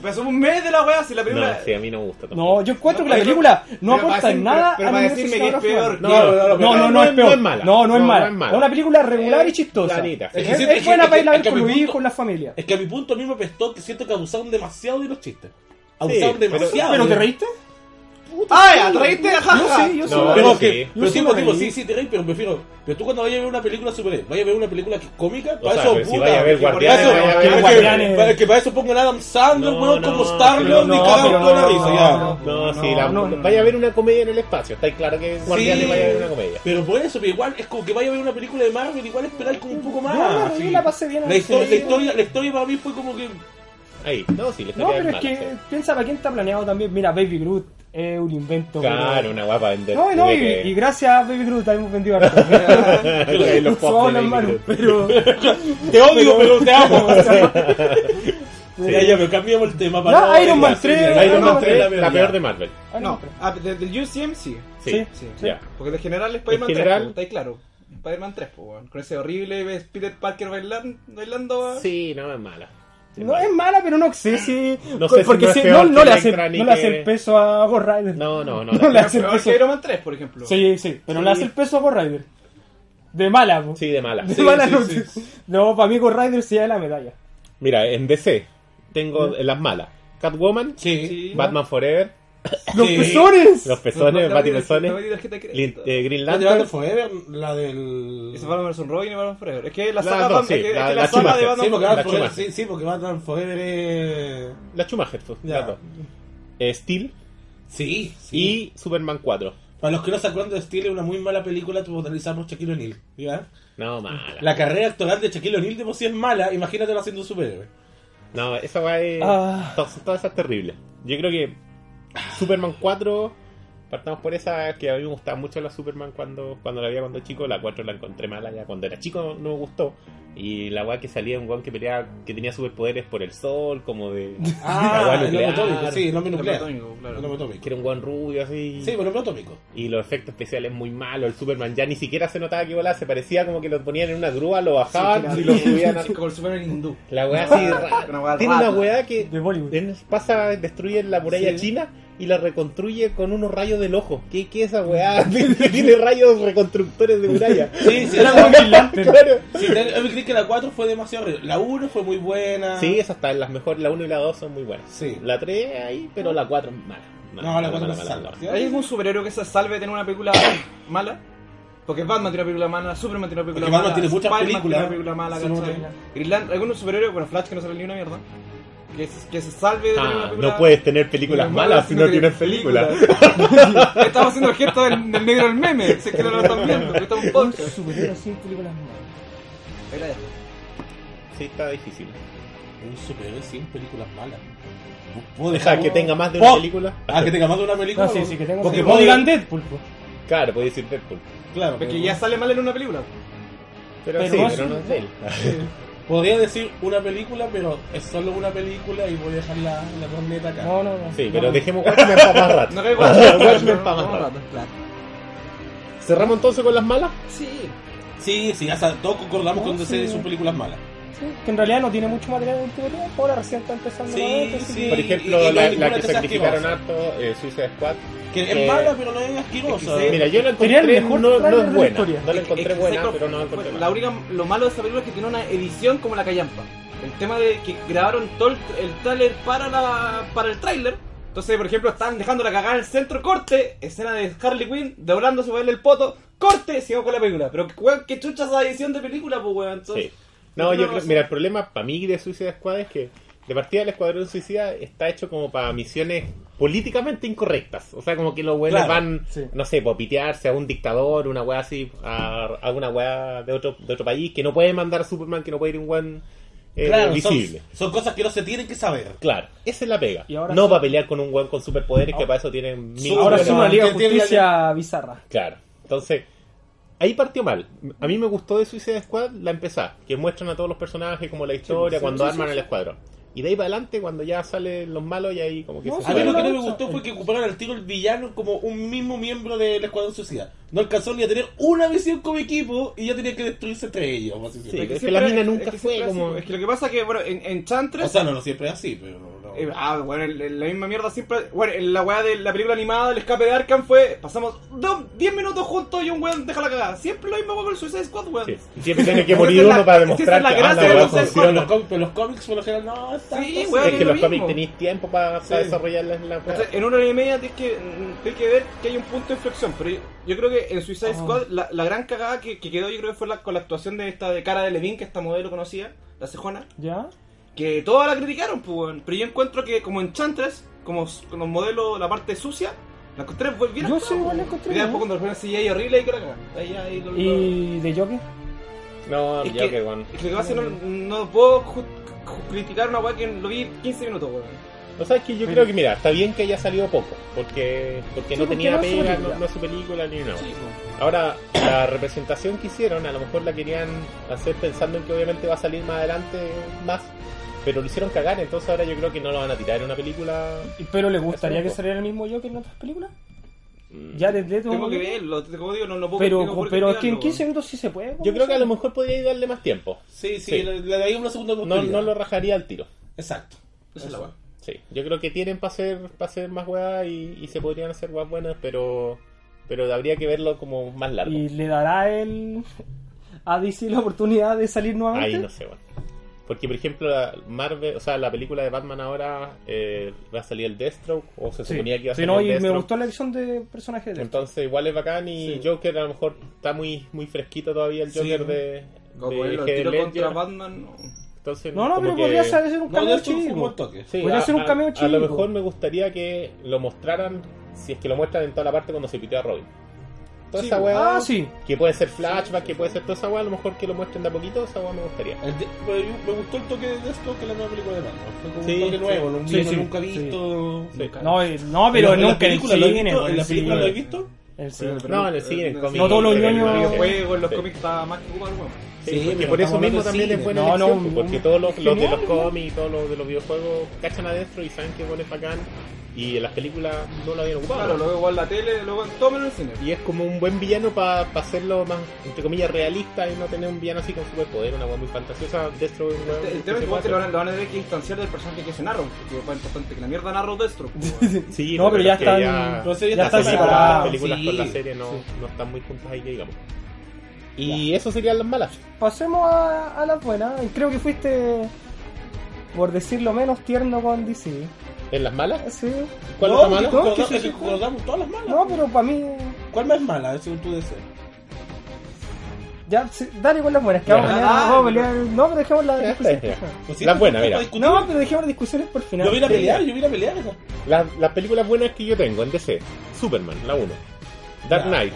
S2: Pasó un mes de la weá si la película.
S1: No, sí, a mí no me gusta tampoco.
S4: No, yo encuentro que la
S2: Pero-
S4: película no
S2: pero
S4: aporta
S2: para
S4: en
S2: decir-
S4: nada
S2: pero
S4: al
S2: para
S4: universo
S2: decirme que es peor.
S4: cinematográfico.
S1: No, no, no, no,
S4: No, no, no es peor.
S1: mala.
S4: No, no es mala.
S1: no es mala.
S4: Es una película regular y chistosa.
S1: Clarita.
S4: Es,
S3: Es que sí,
S4: es
S3: es
S4: buena
S3: que-
S4: para ir a
S3: es
S4: ver
S3: que
S4: con
S3: mi
S4: los
S3: punto-
S4: hijos, la familia.
S3: Es que a mi punto a mí me apestó que siento que abusaron demasiado de los chistes.
S1: Sí,
S3: Abusaron
S1: pero-
S3: demasiado.
S4: ¿Pero te reíste?
S2: ¡Ay, atraíste la
S4: Yo
S2: jaja!
S4: sí, yo sí.
S1: No,
S4: me
S3: Pero,
S4: reí.
S1: sí.
S3: que,
S4: Yo
S3: pero
S4: sí
S3: sí,
S4: me
S3: pues, digo,
S4: reí.
S3: sí, sí, te reís, pero prefiero. Pero tú cuando vayas a ver una película superhéroe, vayas a ver una película que- cómica,
S1: O
S3: para
S1: sea,
S3: eso
S1: pero si
S3: puta,
S1: vaya a ver
S3: que para
S1: Guardianes,
S3: eso-
S1: vaya a
S3: que-
S4: ver
S3: que-
S4: Guardianes.
S3: para- Que para eso pongan a Adam Sandler,
S1: No,
S3: weón, como
S1: no,
S3: Star-Lord
S4: no,
S3: y cagado
S4: pero
S3: toda la
S4: no,
S3: risa,
S4: no,
S3: ya.
S4: no.
S1: No,
S4: No,
S1: sí, la-
S4: no, no.
S1: vaya a haber una comedia en el espacio. Está claro que en Guardianes
S3: Sí.
S1: vaya a haber una comedia.
S3: Pero por eso, pero igual es como que vaya a ver una película de Marvel, igual esperar como un poco más.
S4: Yo la reí,
S3: sí.
S4: la pasé bien.
S3: La historia, la,
S4: Sí.
S3: historia, la historia para mí fue como que.
S1: Ahí, no, sí, le estaría
S4: No, pero es
S1: mal,
S4: que piensa para quién está planeado también. Mira, Baby Groot es un invento. pero-
S1: Claro, una guapa vender.
S4: No, no, y,
S1: tiene que-
S4: y gracias a Baby Groot hemos vendido harto.
S1: Ahí los
S4: Su
S1: pops de
S4: habla
S1: Baby
S4: en mano,
S1: Groot.
S4: pero...
S3: Te odio, pero,
S4: Pero-
S3: te amo.
S4: Pero-
S3: Ya, ya, pero cambiamos el tema
S4: No,
S3: no-
S4: Iron Man
S3: Sí,
S4: 3,
S3: ya,
S1: Iron Man
S4: no,
S1: 3,
S3: la
S1: la,
S3: peor, ya.
S1: peor de Marvel.
S4: Ah, no,
S2: No,
S4: pero-
S2: ah, de- del UCM sí.
S1: Sí,
S4: Sí, sí.
S1: ya.
S2: Porque de general Spider-Man
S1: En
S2: 3,
S1: general-
S2: po, está ahí claro. Spider-Man 3, po, weón. Con ese horrible ves Peter Parker bailan- bailando, weón.
S1: Sí, no es mala.
S4: No es mala, pero no sé si.
S1: No sé si
S4: porque
S1: no es
S4: si-
S1: peor
S4: no,
S1: que
S4: no le
S1: la
S4: hace,
S1: extra ni
S4: no le hace
S1: que-
S4: el peso a Ghost Rider.
S1: No, no, no.
S4: No le
S1: la-
S4: hace el
S2: Peor
S4: peso.
S2: que Iron Man 3, por ejemplo.
S4: Sí, sí, pero le hace el peso a Ghost Rider. De mala, po.
S1: Sí, de mala.
S4: De
S1: Sí,
S4: mala
S3: sí,
S4: no.
S3: sí,
S4: No, para mí Ghost Rider se da la medalla.
S1: Mira, en DC tengo las malas. Catwoman,
S3: Sí.
S2: Sí.
S1: Batman Forever,
S4: ¡Los
S3: Sí.
S4: pezones!
S1: Los Pezones,
S2: La-
S1: Bat y
S2: la-
S1: Pezones,
S2: la- la- la- la- la-
S1: Lin- eh, Green
S3: La de
S1: Lantern.
S3: Batman Forever, la del.
S2: Ese Batman vs. Robin y Batman Forever. Es que la
S1: Las
S2: saga
S1: dos,
S2: Batman-
S1: sí,
S2: es que- es
S1: la- la
S2: que la saga de
S1: Schumacher.
S2: Batman
S3: Sí, porque
S1: La
S3: Batman Forever,
S1: Schumacher.
S3: sí, sí, porque Batman Forever eh. es.
S1: La Schumacher, pues,
S3: Ya.
S1: las dos. Eh, Steel
S3: Sí, sí.
S1: y Superman 4.
S3: Para los que no se acuerdan de Steel, es una muy mala película protagonizada por Shaquille O'Neal. ¿ya?
S1: No, mala.
S3: La carrera actoral de Shaquille O'Neal de por sí es mala, imagínatelo haciendo un superhéroe.
S1: No, esa va es.
S4: Ah.
S1: Todas, todas esas terribles. Yo creo que Superman 4. Partamos por esa que a mí me gustaba mucho la Superman cuando, cuando la vi cuando chico. La 4 la encontré mala ya cuando era chico, no me gustó. Y la weá que salía un weón que peleaba, que tenía superpoderes por el sol, como de. la weá
S3: el hombre atómico, sí, Ah, el hombre
S2: El hombre
S3: nuclear.
S2: atómico, claro.
S3: El hombre
S1: Que
S3: atómico.
S1: era un weón rubio así.
S3: Sí, pero el hombre atómico.
S1: Y los efectos especiales muy malos. El Superman ya ni siquiera se notaba que volaba, se parecía como que lo ponían en una grúa, lo bajaban y lo subían a.
S2: Como el Superman hindú.
S1: La weá así de rara.
S2: Una weá
S1: Tiene una
S2: rara.
S1: weá que
S4: De Bollywood.
S1: en- pasa, destruye la muralla china y la reconstruye con unos rayos del ojo. ¿Qué, qué es esa weá? Tiene rayos reconstructores de muralla.
S3: Sí, sí,
S4: Era Green Lantern.
S1: claro.
S3: Sí, te- yo creo que la 4 fue demasiado horrible. La 1 fue muy buena.
S1: Sí, esas están las mejores. La 1 y la 2 son muy buenas.
S3: Sí.
S1: La 3 ahí, pero la 4 es mala.
S3: No, la cuatro no se salva. ¿sí?
S2: ¿Hay algún superhéroe que se salve de tener una película mala? Porque Batman tiene una película mala, Superman tiene una película
S3: Porque Batman
S2: mala.
S3: tiene muchas
S2: Spider-Man
S3: películas.
S2: Tiene una película mala,
S3: Sí, no,
S2: ¿cachai?
S3: no.
S2: Green Lantern, ¿Algún superhéroe? Bueno, Flash que no sale ni una mierda. Que, se- que se salve de tener una
S1: Ah,
S2: película
S1: no puedes tener películas malas si no tienes películas.
S2: películas. Estamos haciendo el gesto del, del negro del meme. Si es que no lo están viendo, pero estamos en un
S4: Un
S2: podcast.
S4: superhéroe sin películas malas.
S2: Ahí la dejo.
S1: Sí, está difícil.
S3: Un superhéroe sin películas malas. ¿Puedo
S1: Deja que tenga más de una
S3: ¡Oh!
S1: película.
S3: Ah, que tenga más de una película.
S4: No, sí, sí, que tengo
S3: Porque
S4: que
S3: puede-
S4: digan Deadpool, po.
S1: Claro, puede decir Deadpool.
S3: Claro,
S2: Porque
S3: pero-
S2: ya sale mal en una película.
S1: Pero,
S4: Pero
S1: sí,
S4: no es-
S1: pero no es de él. Ah,
S3: Podría decir una película, pero es solo una película y voy a dejar la, la corneta acá.
S4: No, no, no.
S1: Sí,
S4: No,
S1: pero
S4: no.
S1: dejemos Watchmen para más rato.
S2: No caigo en
S1: Watchmen para
S2: No,
S1: más rato.
S2: claro.
S1: ¿Cerramos entonces con las malas?
S2: Sí.
S3: Sí, sí, ya sa- todos concordamos
S4: No,
S3: con que
S4: sí.
S3: son películas malas.
S4: Sí, que en realidad no tiene mucho material de último tiempo, ahora recién está empezando
S3: Sí,
S4: con esto, así
S3: sí.
S4: que-
S1: Por
S3: Y-
S1: ejemplo,
S3: y- y no
S1: la,
S3: hay
S1: la
S3: ninguna
S1: que
S3: que sea
S1: sacrificaron
S3: asquerosa.
S1: harto, eh, Suicide Squad.
S3: Que
S1: Eh,
S3: es mala, pero no es asquerosa.
S2: es que
S1: Mira, yo la
S4: Sería el
S1: encontré,
S4: mejor
S1: no, no
S4: tráiler de
S1: es
S4: la
S1: buena.
S4: historia.
S1: No la encontré
S2: Es que-
S1: buena,
S2: ¿sabes
S1: pero no la
S2: cuál fue?
S1: encontré
S2: La
S1: mala.
S2: única, lo malo de esta película es que tiene una edición como la callampa. El tema de que grabaron todo el, el tráiler para la para el tráiler. Entonces, por ejemplo, están dejando la cagada en el centro, corte, escena de Harley Quinn, doblándose para verle el poto, corte, sigamos con la película. Pero, weón, qué chucha esa edición de película, pues, weón. Entonces,
S1: Sí. No, yo
S2: no,
S1: creo,
S2: no,
S1: mira, el problema para mí de Suicide Squad es que de partida el Escuadrón Suicida está hecho como para misiones políticamente incorrectas. O sea, como que los güeyes
S3: Claro,
S1: van,
S4: sí.
S1: no sé, por pitearse a un dictador, una weá así, a alguna weá de otro, de otro país, que no puede mandar a Superman, que no puede ir un weón eh,
S3: claro, son,
S1: visible.
S3: son cosas que no se tienen que saber.
S1: Claro, esa es la pega.
S4: Y ahora
S1: no
S4: sí.
S1: para pelear con un weón con superpoderes que para eso tienen mil
S3: Ahora
S4: Ahora
S1: weones
S4: es una
S3: Bueno,
S4: Liga de
S3: que tiene
S4: Justicia bizarra.
S1: Claro. Entonces, ahí partió mal. A mí me gustó de Suicide Squad la empezada, que muestran a todos los personajes como la historia, cuando arman el escuadrón. Y de ahí para adelante, cuando ya salen los malos, y ahí como que
S4: No,
S1: se
S4: sí,
S3: A mí
S1: separan.
S3: lo que no me
S4: Sí.
S3: gustó fue que ocuparon al tiro el villano como un mismo miembro del Escuadrón Suicida. No alcanzó ni a tener una visión como equipo y ya tenía que destruirse entre ellos. por así
S1: Sí,
S3: decirlo.
S1: es que
S2: siempre-
S1: la mina nunca
S2: es que
S1: fue
S2: siempre
S1: como-
S2: así, Es que lo que pasa es que, bueno, en, en Chantress.
S3: O sea, no, no siempre es así, pero... no.
S2: Eh, ah, bueno, el- el- la misma mierda siempre. Bueno, el- la weá de la película animada, el escape de Arkham fue. Pasamos do- 10 minutos juntos y un weón deja la cagada. Siempre lo mismo weón con el Suicide Squad, weón.
S1: Sí,
S2: Sí,
S1: Siempre tiene que
S2: Esa
S1: morir
S2: es la-
S1: uno para
S2: es que esa
S1: demostrar
S2: es la
S1: que ah,
S2: gracia
S1: la
S2: de
S1: weá
S2: los
S3: Pero
S1: funciona.
S3: los, cómics- pero los cómics por lo general no están
S2: Sí,
S3: así.
S2: weón,
S1: Es que
S2: es
S1: los
S2: lo
S1: cómics
S2: mismo.
S1: tenéis tiempo para para
S3: Sí.
S1: desarrollar la- la weá.
S2: Entonces, en una hora y media tienes que, mm, tienes que ver que hay un punto de inflexión. Pero yo, yo creo que en Suicide
S4: Ah.
S2: Squad la, la gran cagada que, que quedó, yo creo que fue la- con la actuación de esta de cara de Levin, que esta modelo conocida, la cejona.
S4: ¿Ya?
S2: Que todas la criticaron, pues, weón. Pero yo encuentro que como en Chantress, como s- con los modelos, la parte sucia, la encontré bien. bien
S4: Yo
S2: actuada,
S4: sí, igual la
S2: weón. Y
S4: encontré
S2: después
S4: bien.
S2: cuando la ponen ahí horrible, ahí que la cagan. Ahí, ahí, lo- lo-
S4: ¿Y de Joker?
S1: No,
S2: es
S1: ya
S2: que-
S1: que bueno.
S2: Es que lo que pasa es que no, no puedo ju- ju- criticar una weá que lo vi 15 minutos, weón.
S1: O sea, es que yo creo que, mira, está bien que haya salido poco, porque, porque
S4: Sí,
S1: no
S4: porque
S1: tenía
S4: no es su
S1: pega,
S4: película.
S1: no, no es su película ni nada. Ahora, la representación que hicieron, a lo mejor la querían hacer pensando en que obviamente va a salir más adelante más, pero lo hicieron cagar, entonces ahora yo creo que no lo van a tirar en una película.
S4: ¿Y- ¿Pero le gustaría
S1: Eso,
S4: que
S1: po.
S4: saliera el mismo Joker en otras películas? Ya tendré todo
S2: Tengo que verlo, te- como digo, no, no puedo no
S4: Pero,
S2: puedo
S4: pero es que
S2: criticarlo,
S4: en 15
S2: weón.
S4: minutos sí se puede.
S1: Yo creo que a lo mejor podría darle más tiempo.
S3: Sí, sí,
S1: Sí.
S3: le, le daría una segunda
S1: No,
S3: oportunidad.
S1: no lo rajaría al tiro.
S3: Exacto.
S2: Esa es la weá.
S1: Sí, yo creo que tienen para hacer, pa' hacer más weas y, y se podrían hacer weas buenas, pero, pero habría que verlo como más largo.
S4: ¿Y le dará el... a DC la oportunidad de salir nuevamente?
S1: Ahí no sé, bueno. Porque, por ejemplo, la Marvel, o sea, la película de Batman ahora eh, va a salir el Deathstroke, o se
S4: Sí.
S1: suponía que iba a
S4: Sí,
S1: salir
S4: no,
S1: el
S4: y me
S1: Deathstroke.
S4: gustó la elección de personaje de...
S1: Entonces, igual es bacán y
S4: Sí.
S1: Joker a lo mejor está muy muy fresquito todavía el
S3: Sí.
S1: Joker de, de
S2: Como él lo
S1: Heath
S2: tiró
S1: Ledger.
S2: contra Batman, no.
S1: Entonces,
S4: No, no,
S1: como
S4: pero
S1: que-
S4: podría ser un
S3: No, de
S4: cambio
S3: hecho, fue un buen toque.
S1: Sí,
S4: podría
S1: a,
S4: ser un
S1: a-
S4: cameo
S1: a lo
S4: chico.
S1: mejor me gustaría que lo mostraran, si es que lo muestran en toda la parte cuando se piteó a Robin. Toda
S2: Sí,
S1: esa weá,
S4: Ah, sí.
S1: que puede ser flashback, que puede ser toda esa weá, a lo mejor que lo muestren de a poquito, esa weá me gustaría.
S3: El de- me, me gustó el toque de esto que la nueva película de Batman. Fue como
S1: Sí,
S3: un toque nuevo, lo
S4: Sí,
S3: mismo
S4: sí,
S3: nunca
S4: sí.
S3: visto.
S1: Sí.
S4: No, eh, no, pero
S3: ¿En la- en la
S4: nunca
S3: película lo he
S4: cine,
S3: visto?
S4: güey,
S3: ¿En la
S4: sí,
S3: película lo
S4: güey.
S3: he visto?
S4: El cine.
S2: Pero- pero-
S1: No, en el cine, eh, en
S2: no,
S1: cómic.
S4: No todos los
S1: en el
S4: ñoños-
S2: videojuegos, en los
S1: Sí.
S2: cómics estaba más que ocupado, weón.
S1: Sí,
S3: Sí,
S1: porque
S3: pero
S1: por eso
S3: estamos hablando
S1: mismo
S3: de
S1: también
S3: cine.
S1: es buena
S4: No, no,
S1: elección,
S4: un-
S1: porque todos los, los de los
S4: genial,
S1: cómics, todos los de los videojuegos cachan adentro y saben que bueno es bacán y en las películas no lo habían ocupado.
S2: Claro, luego en la tele, luego todo menos en el cine.
S1: Y es como un buen villano para hacerlo más, entre comillas, realista y no tener un villano así con superpoder, una weá muy fantasiosa, destro un weón
S2: El
S1: que
S2: tema
S1: se
S2: es que
S1: puede
S2: igual te lo
S1: hacer.
S2: van, lo van a tener que distanciar del personaje que es Narrow, porque es más importante que la mierda Narrow Destro.
S1: Sí,
S4: No, pero ya
S1: es que
S4: están-
S3: pero
S1: ya,
S3: eso ya
S1: las
S3: está
S1: películas-
S4: separado,
S1: las películas
S3: sí.
S1: con la serie no, no están muy juntas ahí, que digamos. Y eso serían las malas.
S4: Pasemos a, a las buenas. Y Creo que fuiste, por decirlo menos, tierno con DC.
S1: ¿En las malas?
S4: Sí.
S1: ¿Cuál
S3: no,
S1: es la mala?
S4: no, que
S3: Recordamos,
S4: se fijó.
S3: recordamos todas las malas.
S4: No, pero para mí.
S3: ¿Cuál más es mala, según tú deseas?
S4: Ya, sí, dale con las buenas, que vamos a
S1: Ya.
S4: pelear.
S3: Ah,
S4: vamos a pelear. No, pero dejemos la discusión.
S1: Ya, ya.
S3: Pues sí,
S1: Eh, Las
S3: no,
S1: buenas,
S3: no,
S1: mira.
S3: discu-
S4: No, pues, pero dejemos las discusiones por final.
S3: Yo voy a ir a
S1: Sí.
S3: pelear, yo voy a ir a pelear. esa.
S1: Las, las películas buenas que yo tengo en DC: Superman, la 1. Dark
S3: Ya.
S1: Knight,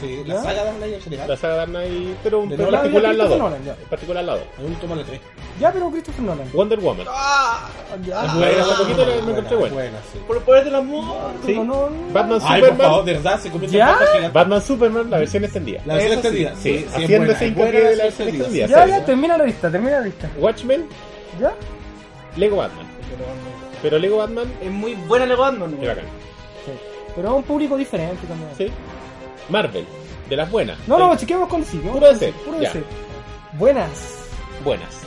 S3: Sí,
S4: ¿Ya?
S3: la saga de Snyder en general.
S1: la saga Dark Knight, pero
S3: De
S1: en
S3: Nolan,
S1: particular
S4: de
S1: la 2.
S4: Nolan, ya.
S1: En particular la 2.
S3: Hay un toma la 3.
S4: Ya, pero Christopher Nolan.
S1: Wonder Woman.
S4: Ya,
S1: Ah, bueno, hace poquito me encontré bueno.
S3: sí.
S2: Por el poder del amor.
S1: Sí.
S4: como no- no-
S1: Batman
S3: Ay, por favor,
S1: Superman.
S3: de verdad, se convirtió
S4: ¿Ya?
S3: en papa gigante.
S1: Batman Superman, la versión extendida.
S3: La versión
S4: Eso sí.
S3: extendida.
S1: Sí,
S3: es
S1: haciéndose
S3: buena, es
S1: hincapié
S3: buena
S1: de la versión extendida.
S4: Ya,
S1: Sí,
S4: ya,
S1: sí.
S4: termina la lista, termina la lista.
S1: Watchmen,
S4: ¿Ya?
S1: Lego Batman. Pero Lego Batman
S2: Es muy buena Lego Batman,
S1: es bacán.
S4: Pero a un público diferente también.
S1: Sí. Marvel, de las buenas.
S4: No,
S1: Hay
S4: no, chequemos con sí. ¿no?
S1: Puro DC,
S4: Puro
S1: ya.
S4: DC. Buenas.
S1: buenas.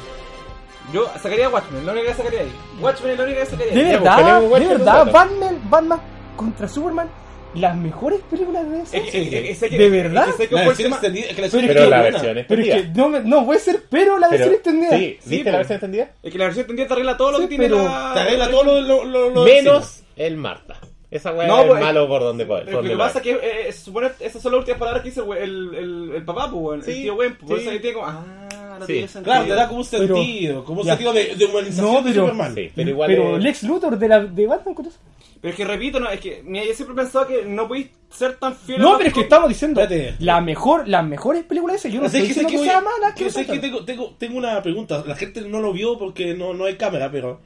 S2: Yo sacaría Watchmen, la única que sacaría ahí. Watchmen es la única que sacaría
S4: De
S2: ahí.
S1: Ya, pues,
S4: verdad,
S1: buscaremos
S4: de
S1: Watchmen un
S4: verdad,
S1: rato.
S4: Batman, Batman contra Superman, las mejores películas de
S2: Es que-
S4: DC.
S2: es que- es que-
S4: ¿De
S2: es que-
S4: verdad?
S2: es que
S3: La
S2: fue el
S3: versión
S2: tema-
S3: extendida, es que la versión
S4: Pero
S1: Pero la
S3: extendida es
S1: versión
S3: buena.
S4: Pero es
S1: extendida.
S4: que no, me- no puede ser, pero
S1: Pero-
S4: la versión extendida.
S1: Sí,
S2: Sí,
S1: ¿viste
S2: po.
S1: la versión extendida?
S2: es que la versión extendida te arregla todo lo
S4: Sí,
S2: que tiene
S4: pero-
S2: la...
S3: Te arregla todo lo, lo, lo- lo
S1: Menos el Marta. Esa weá
S2: No,
S1: es
S2: pues,
S1: malo por donde poder.
S2: Lo que pasa es que eh, se supone esas son las últimas palabras que dice el, we- el, el, el papá, pues, weón, el
S1: Sí,
S2: tío Gwen, pues, por
S1: sí.
S2: eso que tiene como, ah, no
S1: Sí.
S2: tiene sentido.
S3: Claro, te da como un
S4: Pero-
S3: sentido, como un
S4: ya.
S3: sentido de, de humanización
S4: No,
S3: de
S4: pero-
S3: Superman.
S1: Sí, pero igual.
S4: pero
S1: es-
S4: Lex Luthor de, la, de Batman contra Superman.
S2: Pero es que repito, no, es que mira, yo siempre he pensado que no podéis ser tan fiel a
S4: No,
S2: los
S4: pero es que
S2: cómics.
S4: estamos diciendo
S3: Espérate.
S4: la mejor, las mejores películas de ese. Yo no
S3: O sea,
S4: estoy
S3: es que, sé
S4: diciendo
S3: que,
S4: que
S3: voy-
S4: sea mala, que
S3: yo sé que
S4: otra.
S3: tengo, tengo, tengo una pregunta. La gente no lo vio porque no, no hay cámara, pero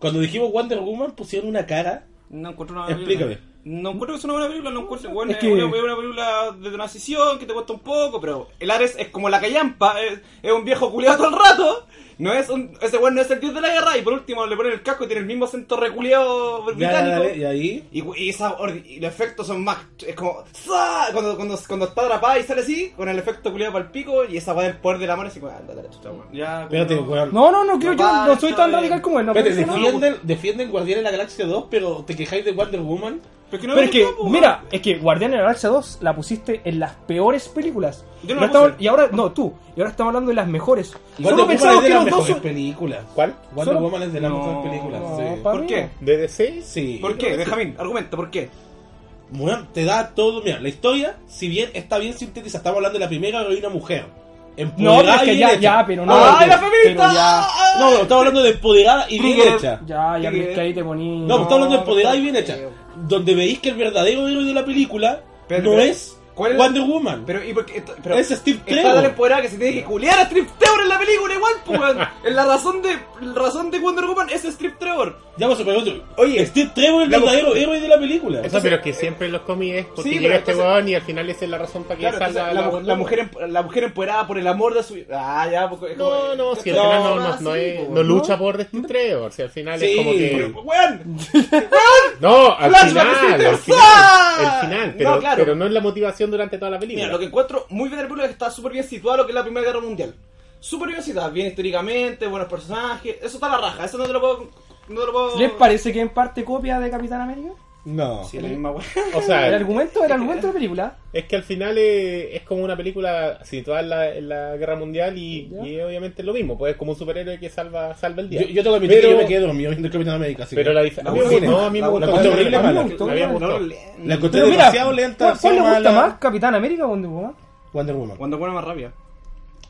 S3: cuando dijimos Wonder Woman pusieron una cara.
S2: No encuentro una
S3: Explícame.
S2: película. No encuentro que sea una buena película, no encuentro. Bueno,
S4: Es
S2: es,
S4: que-
S2: una, es una película de transición que te cuesta un poco, pero el Ares es como la callampa, es, es un viejo culiado todo el rato. No es un- ese weón no es el dios de la guerra y por último le ponen el casco y tiene el mismo acento reculeado
S3: Ya, ya,
S2: británico.
S3: ya, y ahí.
S2: Y, y esa orde- y los efectos son más. Es como. ¡za! Cuando, cuando, cuando está atrapada y sale así, con el efecto culiado para el pico y esa va del poder de la mano, así como. Anda, la chucha, weón. Ya, como
S3: Espérate,
S2: no.
S3: weón.
S4: No, no, no, creo, yo
S2: Basta
S4: no soy tan
S2: de-
S4: radical como él. No,
S3: Espérate,
S4: pero eso no-
S3: defienden, defienden Guardianes de la Galaxia 2, pero te quejáis de Wonder Woman.
S2: Pero es que, no me
S4: Pero es que,
S2: gustó, weón.
S4: mira, es que Guardián de la Galaxia 2 la pusiste en las peores películas.
S2: Yo no
S4: Y
S2: la
S4: estamos-
S2: puse.
S4: y ahora, no, tú. Y ahora estamos hablando de las mejores.
S3: Wonder
S4: Solo
S3: Woman es
S4: pensamos
S3: de
S4: que
S3: las
S4: los dos
S3: mejores
S4: son.
S3: películas.
S1: ¿Cuál?
S3: Wonder
S4: Solo-
S3: Woman es de las
S2: No,
S3: mejores películas.
S4: no,
S3: sí.
S4: pa'
S2: ¿Por
S4: mí
S2: qué?
S1: ¿De DC?
S3: Sí.
S2: ¿Por qué? Benjamín, argumenta, ¿por qué?
S3: Bueno, te da todo. Mira, la historia, si bien está bien sintetizada, estamos hablando de la primera heroína mujer.
S4: No, pero
S3: Empoderada
S4: es que
S3: y
S4: ya,
S3: bien hecha.
S4: ya, pero no.
S2: ¡Ah,
S4: pero-
S2: la feminista!
S4: pero ya,
S3: No, no, estamos hablando de empoderada y bien
S2: Brutal.
S3: hecha.
S4: ya, ya,
S2: Sí,
S4: pero es que ahí te poní.
S3: No, estamos hablando de empoderada
S2: no,
S3: y bien hecha.
S2: creo.
S3: Donde veis que el verdadero héroe de la película
S2: Pero-
S3: no
S2: pero-
S3: es
S2: ¿cuál es-
S3: Wonder Woman.
S2: Pero, ¿y por qué? Esto- Pero,
S3: Es Steve
S2: Está
S3: Trevor.
S2: tan empoderada que se tiene que culear a Steve Trevor en la película igual, pues, weón. En la razón de, la razón de Wonder Woman es Steve Trevor.
S3: Ya vamos a ver otro.
S2: Oye,
S3: Steve Trevor es el
S2: la-
S3: verdadero héroe de la película.
S1: Eso, pero que siempre en los cómics es porque
S2: eh, sí,
S1: llega
S2: pero
S1: este
S2: entonces-
S1: weón y al final esa es la razón para que
S2: Claro, entonces,
S1: salga
S2: la,
S1: la,
S2: mu-
S1: Wonder
S2: la
S1: Woman.
S2: mujer, emp- la mujer empoderada por el amor de su Ah, ya, porque es
S1: No, no, si al
S3: No,
S1: final no, no,
S2: ah,
S1: no
S2: sí,
S1: es-
S2: po,
S1: no
S2: ¿no?
S1: lucha por Destiny o si al final
S3: Sí.
S1: es como que.
S3: Pero-
S2: ¡Weón!
S1: No, al
S2: Flash,
S1: final,
S2: Flash,
S1: al
S2: Flash.
S1: final, el final,
S2: No,
S1: pero,
S2: claro.
S1: pero no es la motivación durante toda la película.
S2: Mira, lo que encuentro muy bien de la película es que está súper bien situado lo que es la Primera Guerra Mundial. Súper bien situada, bien históricamente, buenos personajes. Eso está a la raja, eso no te lo puedo. No te lo puedo.
S4: ¿Les parece que en parte copia de Capitán América?
S3: No.
S2: Sí, la misma weón.
S1: O sea,
S4: El argumento, el argumento de la película.
S1: Es que al final eh, es como una película situada en la, en la guerra mundial y, y obviamente es lo mismo, pues es como un superhéroe que salva, salva el día.
S3: Yo, yo tengo que admitir
S1: Pero-
S3: que yo me quedé dormido viendo el Capitán América. así
S1: Pero
S3: que-
S1: la diferencia.
S3: La buena.
S1: No, a mí me
S2: La
S1: gustó.
S3: buena. La horrible
S1: a mí me
S3: mala.
S1: gustó.
S4: La
S1: A mí me
S4: buena.
S1: gustó.
S3: La encontré
S4: Pero mira,
S3: demasiado
S4: ¿cuál,
S3: lenta,
S4: cuál le
S3: demasiado
S4: gusta
S3: mala.
S4: más? ¿Capitán América o Wonder Woman?
S3: Wonder Woman.
S2: Cuando pone más rabia.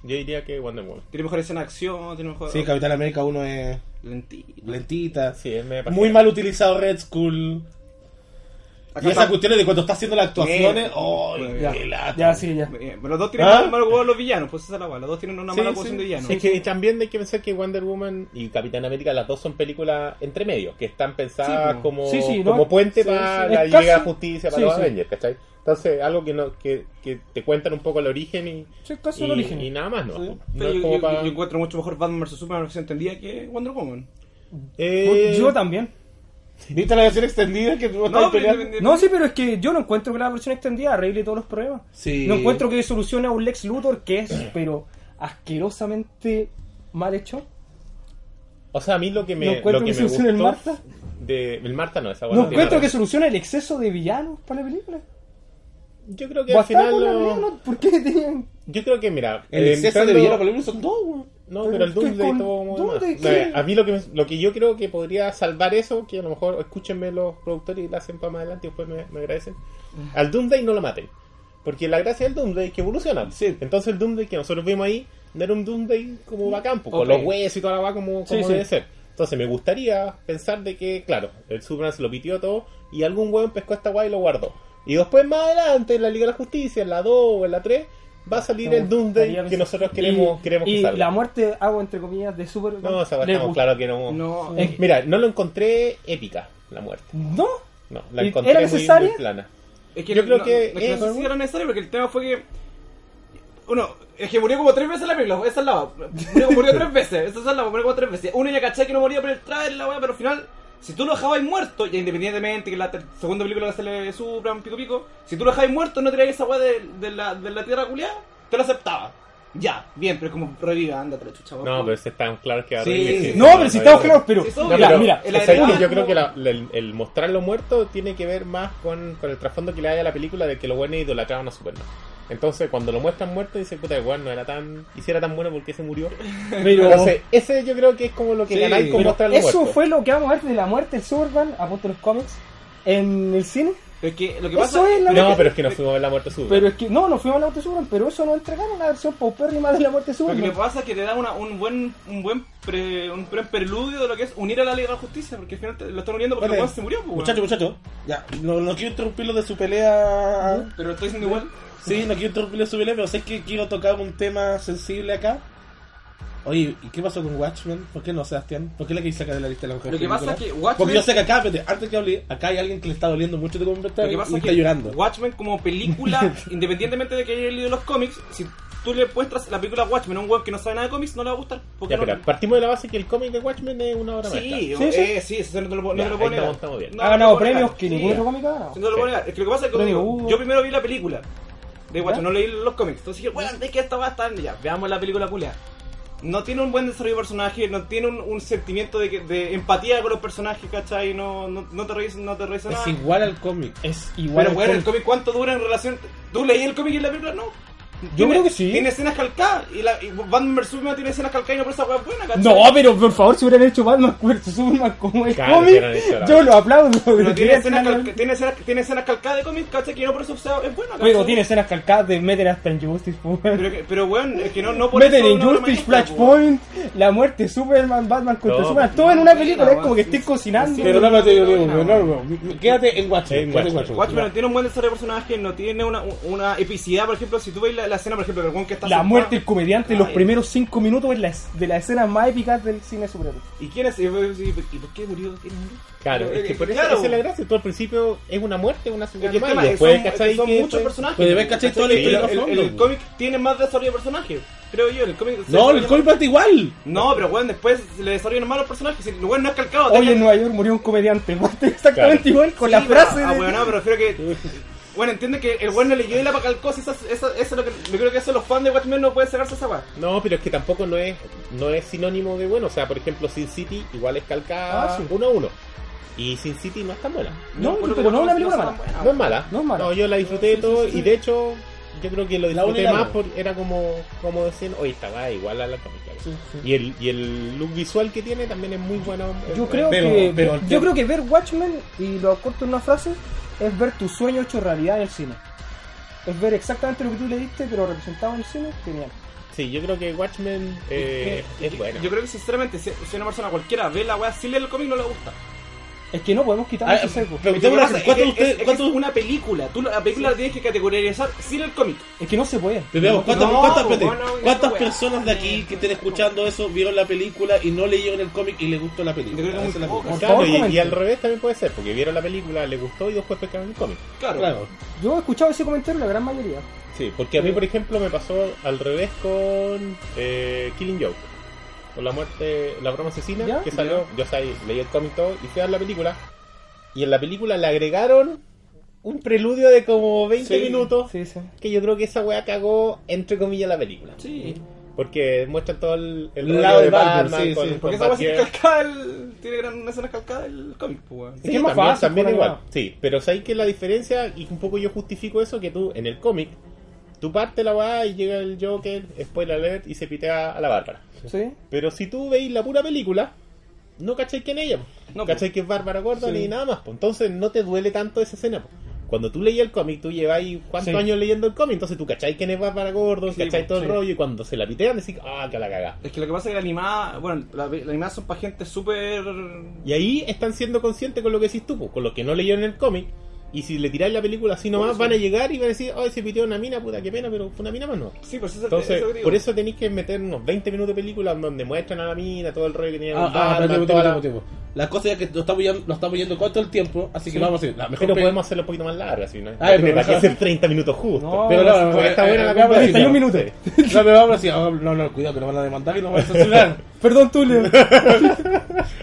S1: Yo diría que Wonder Woman.
S2: Tiene mejor escena de acción, tiene mejor.
S3: Sí, Capitán América 1 es
S2: Lentito.
S3: lentita.
S1: Sí, es medio
S3: Muy mal utilizado Red School.
S2: Acá
S3: Y
S2: está-
S3: esas cuestiones de cuando está haciendo las actuaciones.
S2: Sí.
S3: ¡Oh,
S4: Ya,
S3: qué lata!
S4: ya, sí, ya.
S2: Bien, Eh, Pero los dos tienen
S3: ¿Ah?
S2: mal mal huevo los villanos, pues esa es la weá. Los dos tienen una
S3: Sí,
S2: mala
S3: sí,
S2: posición de villanos.
S1: Es que también hay que pensar que Wonder Woman y Capitán América, las dos son películas entre medios, que están pensadas
S2: Sí, po.
S1: como,
S4: Sí, sí,
S1: como
S4: ¿no?
S1: puente
S4: Sí,
S1: para
S4: sí.
S1: la
S4: Es
S1: Liga de la
S4: casi-
S1: Justicia, para
S4: sí,
S1: los
S4: sí.
S1: Avengers, ¿cachai? Entonces, algo que, no, que, que te cuentan un poco el origen y,
S4: Sí, casi
S1: y,
S4: el origen.
S1: y nada más, ¿no?
S3: Sí.
S1: No
S2: Pero
S1: es
S2: yo,
S1: como
S2: yo-
S1: para...
S2: yo encuentro mucho mejor Batman vs Superman versión entendida que Wonder Woman.
S1: Eh,
S4: Yo también.
S3: ¿Viste la versión extendida que tú
S2: No,
S3: estabas peleando?
S1: Eh,
S2: pero-
S4: No, sí, pero es que yo no encuentro que la versión extendida arregle todos los problemas.
S3: Sí.
S4: No encuentro que solucione a un Lex Luthor que es, pero asquerosamente mal hecho.
S1: O sea, a mí lo que me,
S4: No encuentro
S1: lo
S4: que
S1: que me
S4: solucione el
S1: gustó
S4: Marta.
S1: De, el Marta no, esa guarda
S4: No
S1: Ah, tiene
S4: encuentro que
S1: razón.
S4: solucione el exceso de villanos para la película.
S1: Yo creo que al
S4: Bastardo,
S1: final...
S4: la
S1: lo-
S4: verdad, no- ¿Por qué tenían.?
S1: Yo creo que, mira...
S3: El
S1: eh,
S3: exceso de
S1: entrando-
S3: villano para mí son dos, weón.
S1: No,
S4: Pero
S1: pero el
S4: es que
S1: Doomsday
S4: con
S1: todo como
S4: Doomsday,
S1: demás.
S4: ¿qué?
S1: No, A mí lo que, me- lo que yo creo que podría salvar eso, que a lo mejor escúchenme los productores y lo hacen para más adelante y después me, me agradecen.
S4: Ah.
S1: Al Doomsday no lo maten. Porque la gracia del Doomsday es que evoluciona.
S3: Sí.
S1: Entonces el Doomsday que nosotros vimos ahí no era un Doomsday como
S4: Mm.
S1: bacán, pues,
S3: Ok.
S1: con los huesos y toda la va como,
S3: Sí,
S1: como
S3: sí.
S1: debe ser. Entonces me gustaría pensar de que, claro, el Superman se lo pitió todo y algún hueón pescó esta guay y lo guardó. Y después más adelante en la Liga de la Justicia, en la 2 o en la 3, va a salir
S4: Me
S1: el Doomsday
S4: gustaría
S1: que
S4: pensar-
S1: nosotros queremos,
S4: y,
S1: queremos
S4: y
S1: que salga.
S4: la muerte, hago entre comillas, de Superman.
S1: No, o sea,
S4: le
S1: estamos
S4: gust-
S1: claro que no.
S2: No,
S4: Eh,
S1: Mira, no lo encontré épica la muerte.
S4: ¿No?
S1: No, la
S4: ¿Y
S1: encontré
S4: ¿E-, era
S1: muy-
S4: necesaria?
S1: muy plana.
S2: es que
S1: yo creo
S2: no,
S1: que-
S2: es no sé
S1: eh,
S2: si era necesario porque el tema fue que. Uno, es que murió como tres veces la película, esa es la va. Murió, murió tres veces, esa es la va, murió como tres veces. Uno ya caché que no moría por el trailer, la weá, pero al final, si tú lo dejabas muerto, ya independientemente que la ter- segunda película que sale Supran, pico pico, si tú lo dejabas muerto, no traías esa weá de, de la, de la tierra culiada, te lo aceptaba. Ya, bien, pero es como reviva, ándate la chucha, weón.
S1: No, pero si estamos claros que va a
S2: Sí.
S1: revivir.
S4: No, pero si estamos claros, pero.
S2: Sí, eso-
S1: No,
S4: mira,
S1: pero
S2: el
S4: mira.
S1: o sea, es que
S2: adelanto-
S1: yo creo que la- la- el, el mostrarlo muerto tiene que ver más con, con el trasfondo que le da a la película de que los buenos idolatraban a Superman. Entonces, cuando lo muestran muerto, dicen, puta, el weón no era tan. Hiciera tan bueno porque se murió.
S4: Pero,
S1: Entonces, ese yo creo que es como lo que
S3: Sí,
S1: ganáis con
S3: pero
S1: mostrarlo
S4: eso
S1: muerto.
S4: fue lo que vamos a ver de la muerte de Superman, apunto en los cómics, en el cine.
S2: Pero es que lo que
S4: Eso
S2: pasa
S4: es la-
S1: No, pero es que no fuimos a ver la muerte de Superman.
S4: Pero es que, no, no fuimos a la muerte de Superman, pero eso no entregaron la versión paupérrima de la muerte de
S2: Lo que le
S4: Superman.
S2: pasa es que te da una- un buen un buen pre- un buen preludio de lo que es unir a la Liga de la Justicia, porque al final te- lo están uniendo porque
S1: Vale.
S2: Juan se murió, pues, weón.
S3: Muchachos, muchachos, ya, no, no quiero interrumpirlo de su pelea.
S2: Pero lo estoy diciendo igual.
S3: Sí, no quiero interrumpirlo de su pelea, pero sé que quiero tocar un tema sensible acá. Oye, ¿y qué pasó con Watchmen? ¿Por qué no, Sebastián? ¿Por qué la queréis sacar de la lista de la mujer?
S2: Lo que pasa es que Watchmen-
S3: Porque yo sé que acá, espérate, antes que hable, acá hay alguien que le está doliendo mucho de
S2: Lo
S3: comentar y
S2: que pasa es
S3: está
S2: que
S3: llorando.
S2: Watchmen como película, independientemente de que haya leído los cómics, si tú le muestras la película Watchmen a un weón que no sabe nada de cómics, no le va a gustar. Porque
S1: Ya,
S2: no-
S1: pero partimos de la base que el cómic de Watchmen es una obra maestra.
S2: Sí,
S4: Sí, sí.
S2: eh, sí, eso no te lo, no
S1: Ya,
S2: te
S1: ahí
S2: lo puedo
S1: estamos,
S2: negar.
S1: estamos bien.
S2: No, no
S4: Ha
S2: te
S4: ganado
S2: lo puedo
S4: Ah, premios
S2: negar.
S4: que
S2: Sí.
S4: ningún otro cómic ha ganado.
S2: Sí, no lo voy a negar. Es que lo que pasa es que como
S4: Pero
S2: digo,
S4: hubo-
S2: yo primero vi la película de Watchmen, no leí los cómics. Entonces dije, bueno, de que esta va a estar ya, veamos la película culia. No tiene un buen desarrollo de personaje, no tiene un, un sentimiento de, que- de empatía con los personajes, ¿cachai? No, no, no te reís, no te reís nada.
S3: Es igual al cómic, es igual
S2: Pero
S3: al
S2: bueno, el
S3: cómic.
S2: cómic cuánto dura en relación. ¿Tú leí el cómic y la película no?
S4: Yo
S2: Tiene-
S4: creo que sí.
S2: Tiene escenas calcadas y, la, y Batman vs Superman tiene escenas calcadas y no por esa hueá buena, ¿cachai?
S4: No, pero por favor, si hubieran hecho Batman cuerpo Superman como el
S1: Claro,
S4: cómic,
S1: hubieran hecho la
S4: yo lo aplaudo.
S2: Pero tiene escenas,
S4: escenas
S2: calca- tiene, escenas, tiene escenas calcadas de cómics, ¿cachai? Que no por eso sea- es buena, ¿cachai?
S4: pero tiene escenas calcadas de meten hasta en Justice,
S2: Pero, que- pero weón, es que no, no por
S4: Meten
S2: eso
S4: en
S2: no lo
S4: Justice,
S2: maneja, po.
S4: Flashpoint, la muerte de Superman, Batman contra
S1: No,
S4: Superman,
S1: pues,
S4: todo en una película,
S2: no,
S4: es como que
S2: sí,
S4: estoy
S2: sí,
S4: cocinando.
S2: sí,
S3: Pero no, no, te digo, no,
S2: no,
S3: no, no, no, quédate en Watchmen.
S1: En
S3: quédate
S1: Watchmen.
S3: en Watchmen.
S2: Watchmen no tiene un buen desarrollo de personaje, no tiene una, una epicidad, por ejemplo, si tú ves la, la escena, por ejemplo, del weón que está
S4: La
S2: sentado-
S4: muerte del comediante en los
S2: Ay.
S4: primeros 5 minutos es la, de las escenas más épicas del cine superhéroe.
S2: ¿Y quién es? ¿Y, y- y por qué murió? ¿Quién murió?
S1: Claro,
S2: Pero,
S1: es que
S2: eh,
S1: por eso
S2: claro.
S1: esa es la gracia. Tú al principio es una muerte, una
S2: Es
S1: situación
S2: que el
S1: más, y
S2: tema es que
S1: después,
S2: son- es
S1: ¿cachai?
S2: que son
S1: que
S2: muchos
S1: fue-
S2: personajes.
S3: Pues debes cachar toda la
S2: Sí,
S3: historia
S2: el-
S3: de
S2: el,
S3: fondo,
S2: el
S3: po.
S2: cómic tiene más desarrollo de personaje, creo yo. El cómic
S3: No, el cómic está igual.
S2: No, pero weón, después le desarrollan más los personajes. Si el weón no es calcado,
S4: Hoy
S2: deja-
S4: en Nueva York murió un comediante, muerte exactamente igual con
S2: Sí,
S4: la
S2: pero-
S4: frase de...
S2: Ah, weón, no, pero creo que. Bueno, entiende que el weón no leyó y la pacalcó. si Esa, esa, esa es lo que. Yo creo que eso los fans de Watchmen no pueden sacarse esa weá.
S1: No, pero es que tampoco no es, no es sinónimo de bueno. O sea, por ejemplo, Sin City igual es calcada
S4: Ah, sí.
S1: uno a uno. Y Sin City no es tan buena.
S4: No,
S2: por lo
S4: pero
S2: que
S4: no
S2: Watchmen
S4: una película
S2: sea
S4: mala.
S2: tan buena.
S1: No es mala.
S4: No es mala.
S1: yo la disfruté de todo y de hecho yo creo que lo
S3: La una y
S1: disfruté
S3: la
S1: más
S3: dos.
S1: porque era como, como decían, oye, esta va igual a la cómica.
S3: Sí, sí.
S1: Y el, y el look visual que tiene también es muy bueno.
S4: Yo creo
S3: Pero-
S4: que
S3: pero el
S4: yo
S3: tema-
S4: creo que ver Watchmen y lo corto en una frase es ver tu sueño hecho realidad en el cine. Es ver exactamente lo que tú le diste pero representado en el cine, genial.
S1: Sí, yo creo que Watchmen eh, es bueno.
S2: Yo creo que sinceramente, si, si una persona cualquiera ve la weá sin leer el cómic, no le gusta.
S4: Es que no podemos
S3: Ah,
S4: quitar ese sesgo.
S3: pero-
S2: Lo que
S3: Preguntémosle
S2: pasa
S3: a cuántos
S2: es que
S3: ustedes-
S2: es- es
S3: cuántos-
S2: una película. Tú la película la tienes que categorizar sin el cómic.
S4: Es que no se puede.
S3: Pero veamos, ¿cuántas,
S2: No,
S3: cuántas,
S2: pues,
S3: espérate,
S2: bueno,
S3: ¿cuántas
S2: weón,
S3: personas de aquí que estén escuchando eso vieron la película y no leyeron el cómic y les gustó la película?
S2: Yo creo que
S3: Esa es
S2: muy
S3: la
S2: pocas.
S3: cosa.
S1: Claro, y,
S4: favor, comenten.
S1: y al revés también puede ser, porque vieron la película, le gustó y después pescaron el cómic.
S2: Claro.
S3: Claro.
S4: Yo he escuchado ese comentario la gran mayoría.
S1: Sí, porque a mí, por ejemplo, me pasó al revés con eh, Killing Joke. Con la muerte, la broma asesina
S4: ¿Ya?
S1: que salió. Yo sabía, leí el cómic todo y fui a ver la película. Y en la película le agregaron un preludio de como 20
S2: Sí,
S1: minutos.
S4: Sí, sí.
S1: Que yo creo que esa weá cagó, entre comillas, la película.
S2: Sí.
S1: Porque muestra todo el, el
S3: El
S1: rollo
S3: lado
S1: de
S3: de Batman,
S1: Batman,
S3: sí,
S1: con,
S3: sí.
S1: con
S2: Porque esa weá sí
S1: Batgirl.
S2: es calcada. el- Tiene gran escenas calcadas el cómic, pues weón.
S4: Es que es más
S1: también,
S4: fácil,
S1: también
S4: por
S1: igual.
S4: ahí va.
S1: Sí, pero sabéis que la diferencia, y un poco yo justifico eso, que tú en el cómic Tú parte la va y llega el Joker, spoiler alert, y se pitea a la Bárbara.
S4: ¿Sí?
S1: Pero si tú veis la pura película, no cacháis que en ella.
S4: No,
S1: No
S4: po.
S1: cacháis que es Bárbara Gordon
S4: Sí.
S1: y nada más. po. Entonces no te duele tanto esa escena. po. Cuando tú leías el cómic, tú lleváis cuántos
S3: Sí.
S1: años leyendo el cómic, entonces tú cacháis quién es Bárbara Gordon,
S2: Sí,
S1: cacháis
S2: po,
S1: todo el
S2: sí.
S1: rollo, y cuando se la pitean decís, ah, que la cagá.
S2: Es que lo que pasa es que la animada, bueno, la, la animada son para gente súper...
S1: Y ahí están siendo conscientes con lo que decís tú, po, con lo que no leyeron en el cómic. Y si le tiráis la película así nomás, van a llegar y van a decir, ay, se piteó una mina, puta, qué pena, pero fue una mina más no.
S2: Sí, pues eso,
S1: Entonces,
S2: eso que digo.
S1: por eso tenéis que meter unos 20 minutos de película donde muestran a la mina, todo el rollo que tenía
S3: Ah,
S1: con
S3: ah,
S1: Batman,
S3: espérate, espérate,
S1: toda la-
S3: espérate, espérate. La cosa es que lo estamos yendo, lo estamos yendo todo el tiempo, así que
S1: Sí.
S3: vamos a ir. La mejor
S1: pero
S3: pe-
S1: podemos hacerlo un poquito más largo, así, ¿no? No
S3: pero
S1: tiene para qué
S3: no.
S1: hacer 30 minutos justo.
S4: No,
S3: Pero no, no, no,
S1: Porque está
S3: eh,
S1: buena
S3: eh,
S1: la
S3: veamos
S1: película.
S3: así,
S4: 31 minutos.
S3: No, pero vamos así. ah, No, no, cuidado que nos van a demandar y nos van a censurar.
S4: Perdón, Tulio.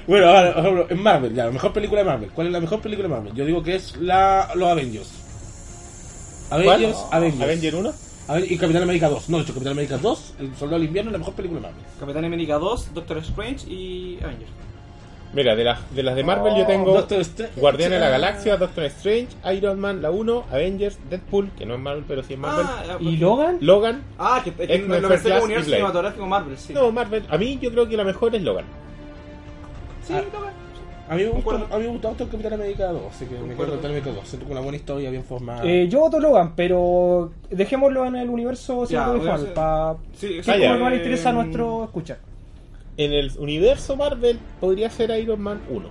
S3: bueno, ahora, por ejemplo, en Marvel, ya, la mejor película de Marvel. ¿Cuál es la mejor película de Marvel? Yo digo que es la, los Avengers. Avengers, Avengers.
S1: Avenger 1.
S3: Aven- Y Capitán América 2. No, de hecho, Capitán América 2, El Soldado del Invierno, es la mejor película de Marvel.
S2: Capitán América 2, Doctor Strange y Avengers.
S1: Mira, de las, de las de Marvel yo tengo
S3: Doctor Strange.
S1: Guardianes
S2: Ah.
S1: de la Galaxia, Doctor Strange, Iron Man, la 1, Avengers, Deadpool, que no es Marvel, pero sí es Marvel.
S2: Ah,
S4: ¿Y Logan?
S1: Logan.
S2: Ah, que, es que
S1: X-Men
S2: lo
S1: First
S2: pensé
S1: Class y
S2: como universo
S1: Blade.
S2: cinematográfico Marvel, sí.
S1: No, Marvel. A mí yo creo que la mejor es Logan.
S2: Sí,
S3: Ah.
S2: Logan.
S3: A mí me gustó,
S2: Concuerdo.
S3: a mí me gustó Doctor Capitán América 2, así que me quedo con
S2: Concuerdo.
S3: Capitán América 2. Siento que una buena historia, bien formada.
S4: Eh, yo voto Logan, pero dejémoslo en el universo
S2: Ya, voy a
S4: cinematográfico.
S2: hacer-
S4: Para
S2: Sí, eh,
S4: que
S1: Ah, ya.
S4: como no le interesa a nuestro escuchar.
S1: En el universo Marvel podría ser Iron Man 1.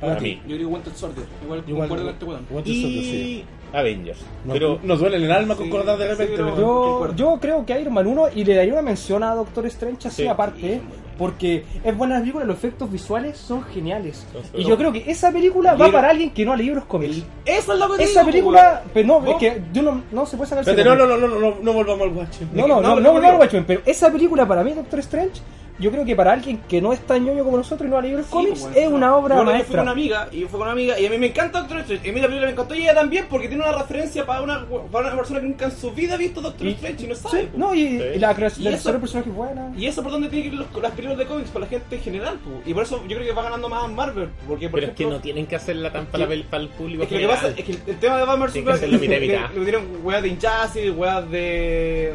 S1: Para
S3: Ah,
S1: mí.
S2: Yo digo Winter Soldier. Igual
S3: Igual.
S2: concuerdo con este weón.
S3: Winter Soldier, sí.
S1: Y Avengers.
S3: No-
S1: Pero
S3: nos duele en el alma
S2: Sí,
S3: concordar de
S2: sí,
S3: repente.
S2: pero-
S3: pero-
S4: Yo,
S2: Concuerdo.
S4: yo creo que Iron Man 1 y le daría una mención a Doctor Strange así
S1: Sí.
S4: aparte, porque es buena película, los efectos visuales son geniales.
S1: Entonces,
S4: Y yo creo que esa película va
S3: Quiero-
S4: para alguien que no ha leído los cómics.
S2: Esa es la que
S4: Esa
S2: digo,
S4: película, pero no,
S2: ¿No?
S4: es que yo no, no se puede sacar
S3: Espérate,
S4: ese
S3: no, no,
S4: cómic.
S3: no, no, no, no volvamos al Watchmen.
S4: no, no,
S2: no,
S4: no,
S2: no,
S4: no,
S2: no,
S4: no,
S2: no.
S4: Watchmen, pero esa película para mí, Doctor Strange, yo creo que para alguien que no está ñoño como nosotros y no ha leído los
S2: Sí,
S4: cómics,
S2: pues,
S4: es
S2: bueno.
S4: una obra
S2: Bueno, yo fui
S4: maestra.
S2: con una amiga, y yo fui con una amiga, y a mí me encanta Doctor Strange. Y a mí la película me encantó y ella también, porque tiene una referencia para una, para una persona que nunca en su vida ha visto Doctor
S4: Y-
S2: Strange y no
S4: Sí,
S2: sabe. po.
S4: no, y,
S1: Sí.
S4: y la creación
S2: Y
S4: del
S2: eso-
S4: desarrollo de personajes buena.
S2: Y eso por donde tiene que ir los- las películas de cómics para la gente en general, po. y por eso yo creo que va ganando más Marvel, porque por
S1: pero es que
S2: ejemplo,
S1: no tienen que hacerla tan para, el, para el público.
S2: Es que lo que pasa
S1: general.
S2: es que el- el tema de Batman
S1: Tiene que
S2: Superman
S1: hacerlo mitad y mitad.
S2: le, le dieron weas de Injustice, weas de.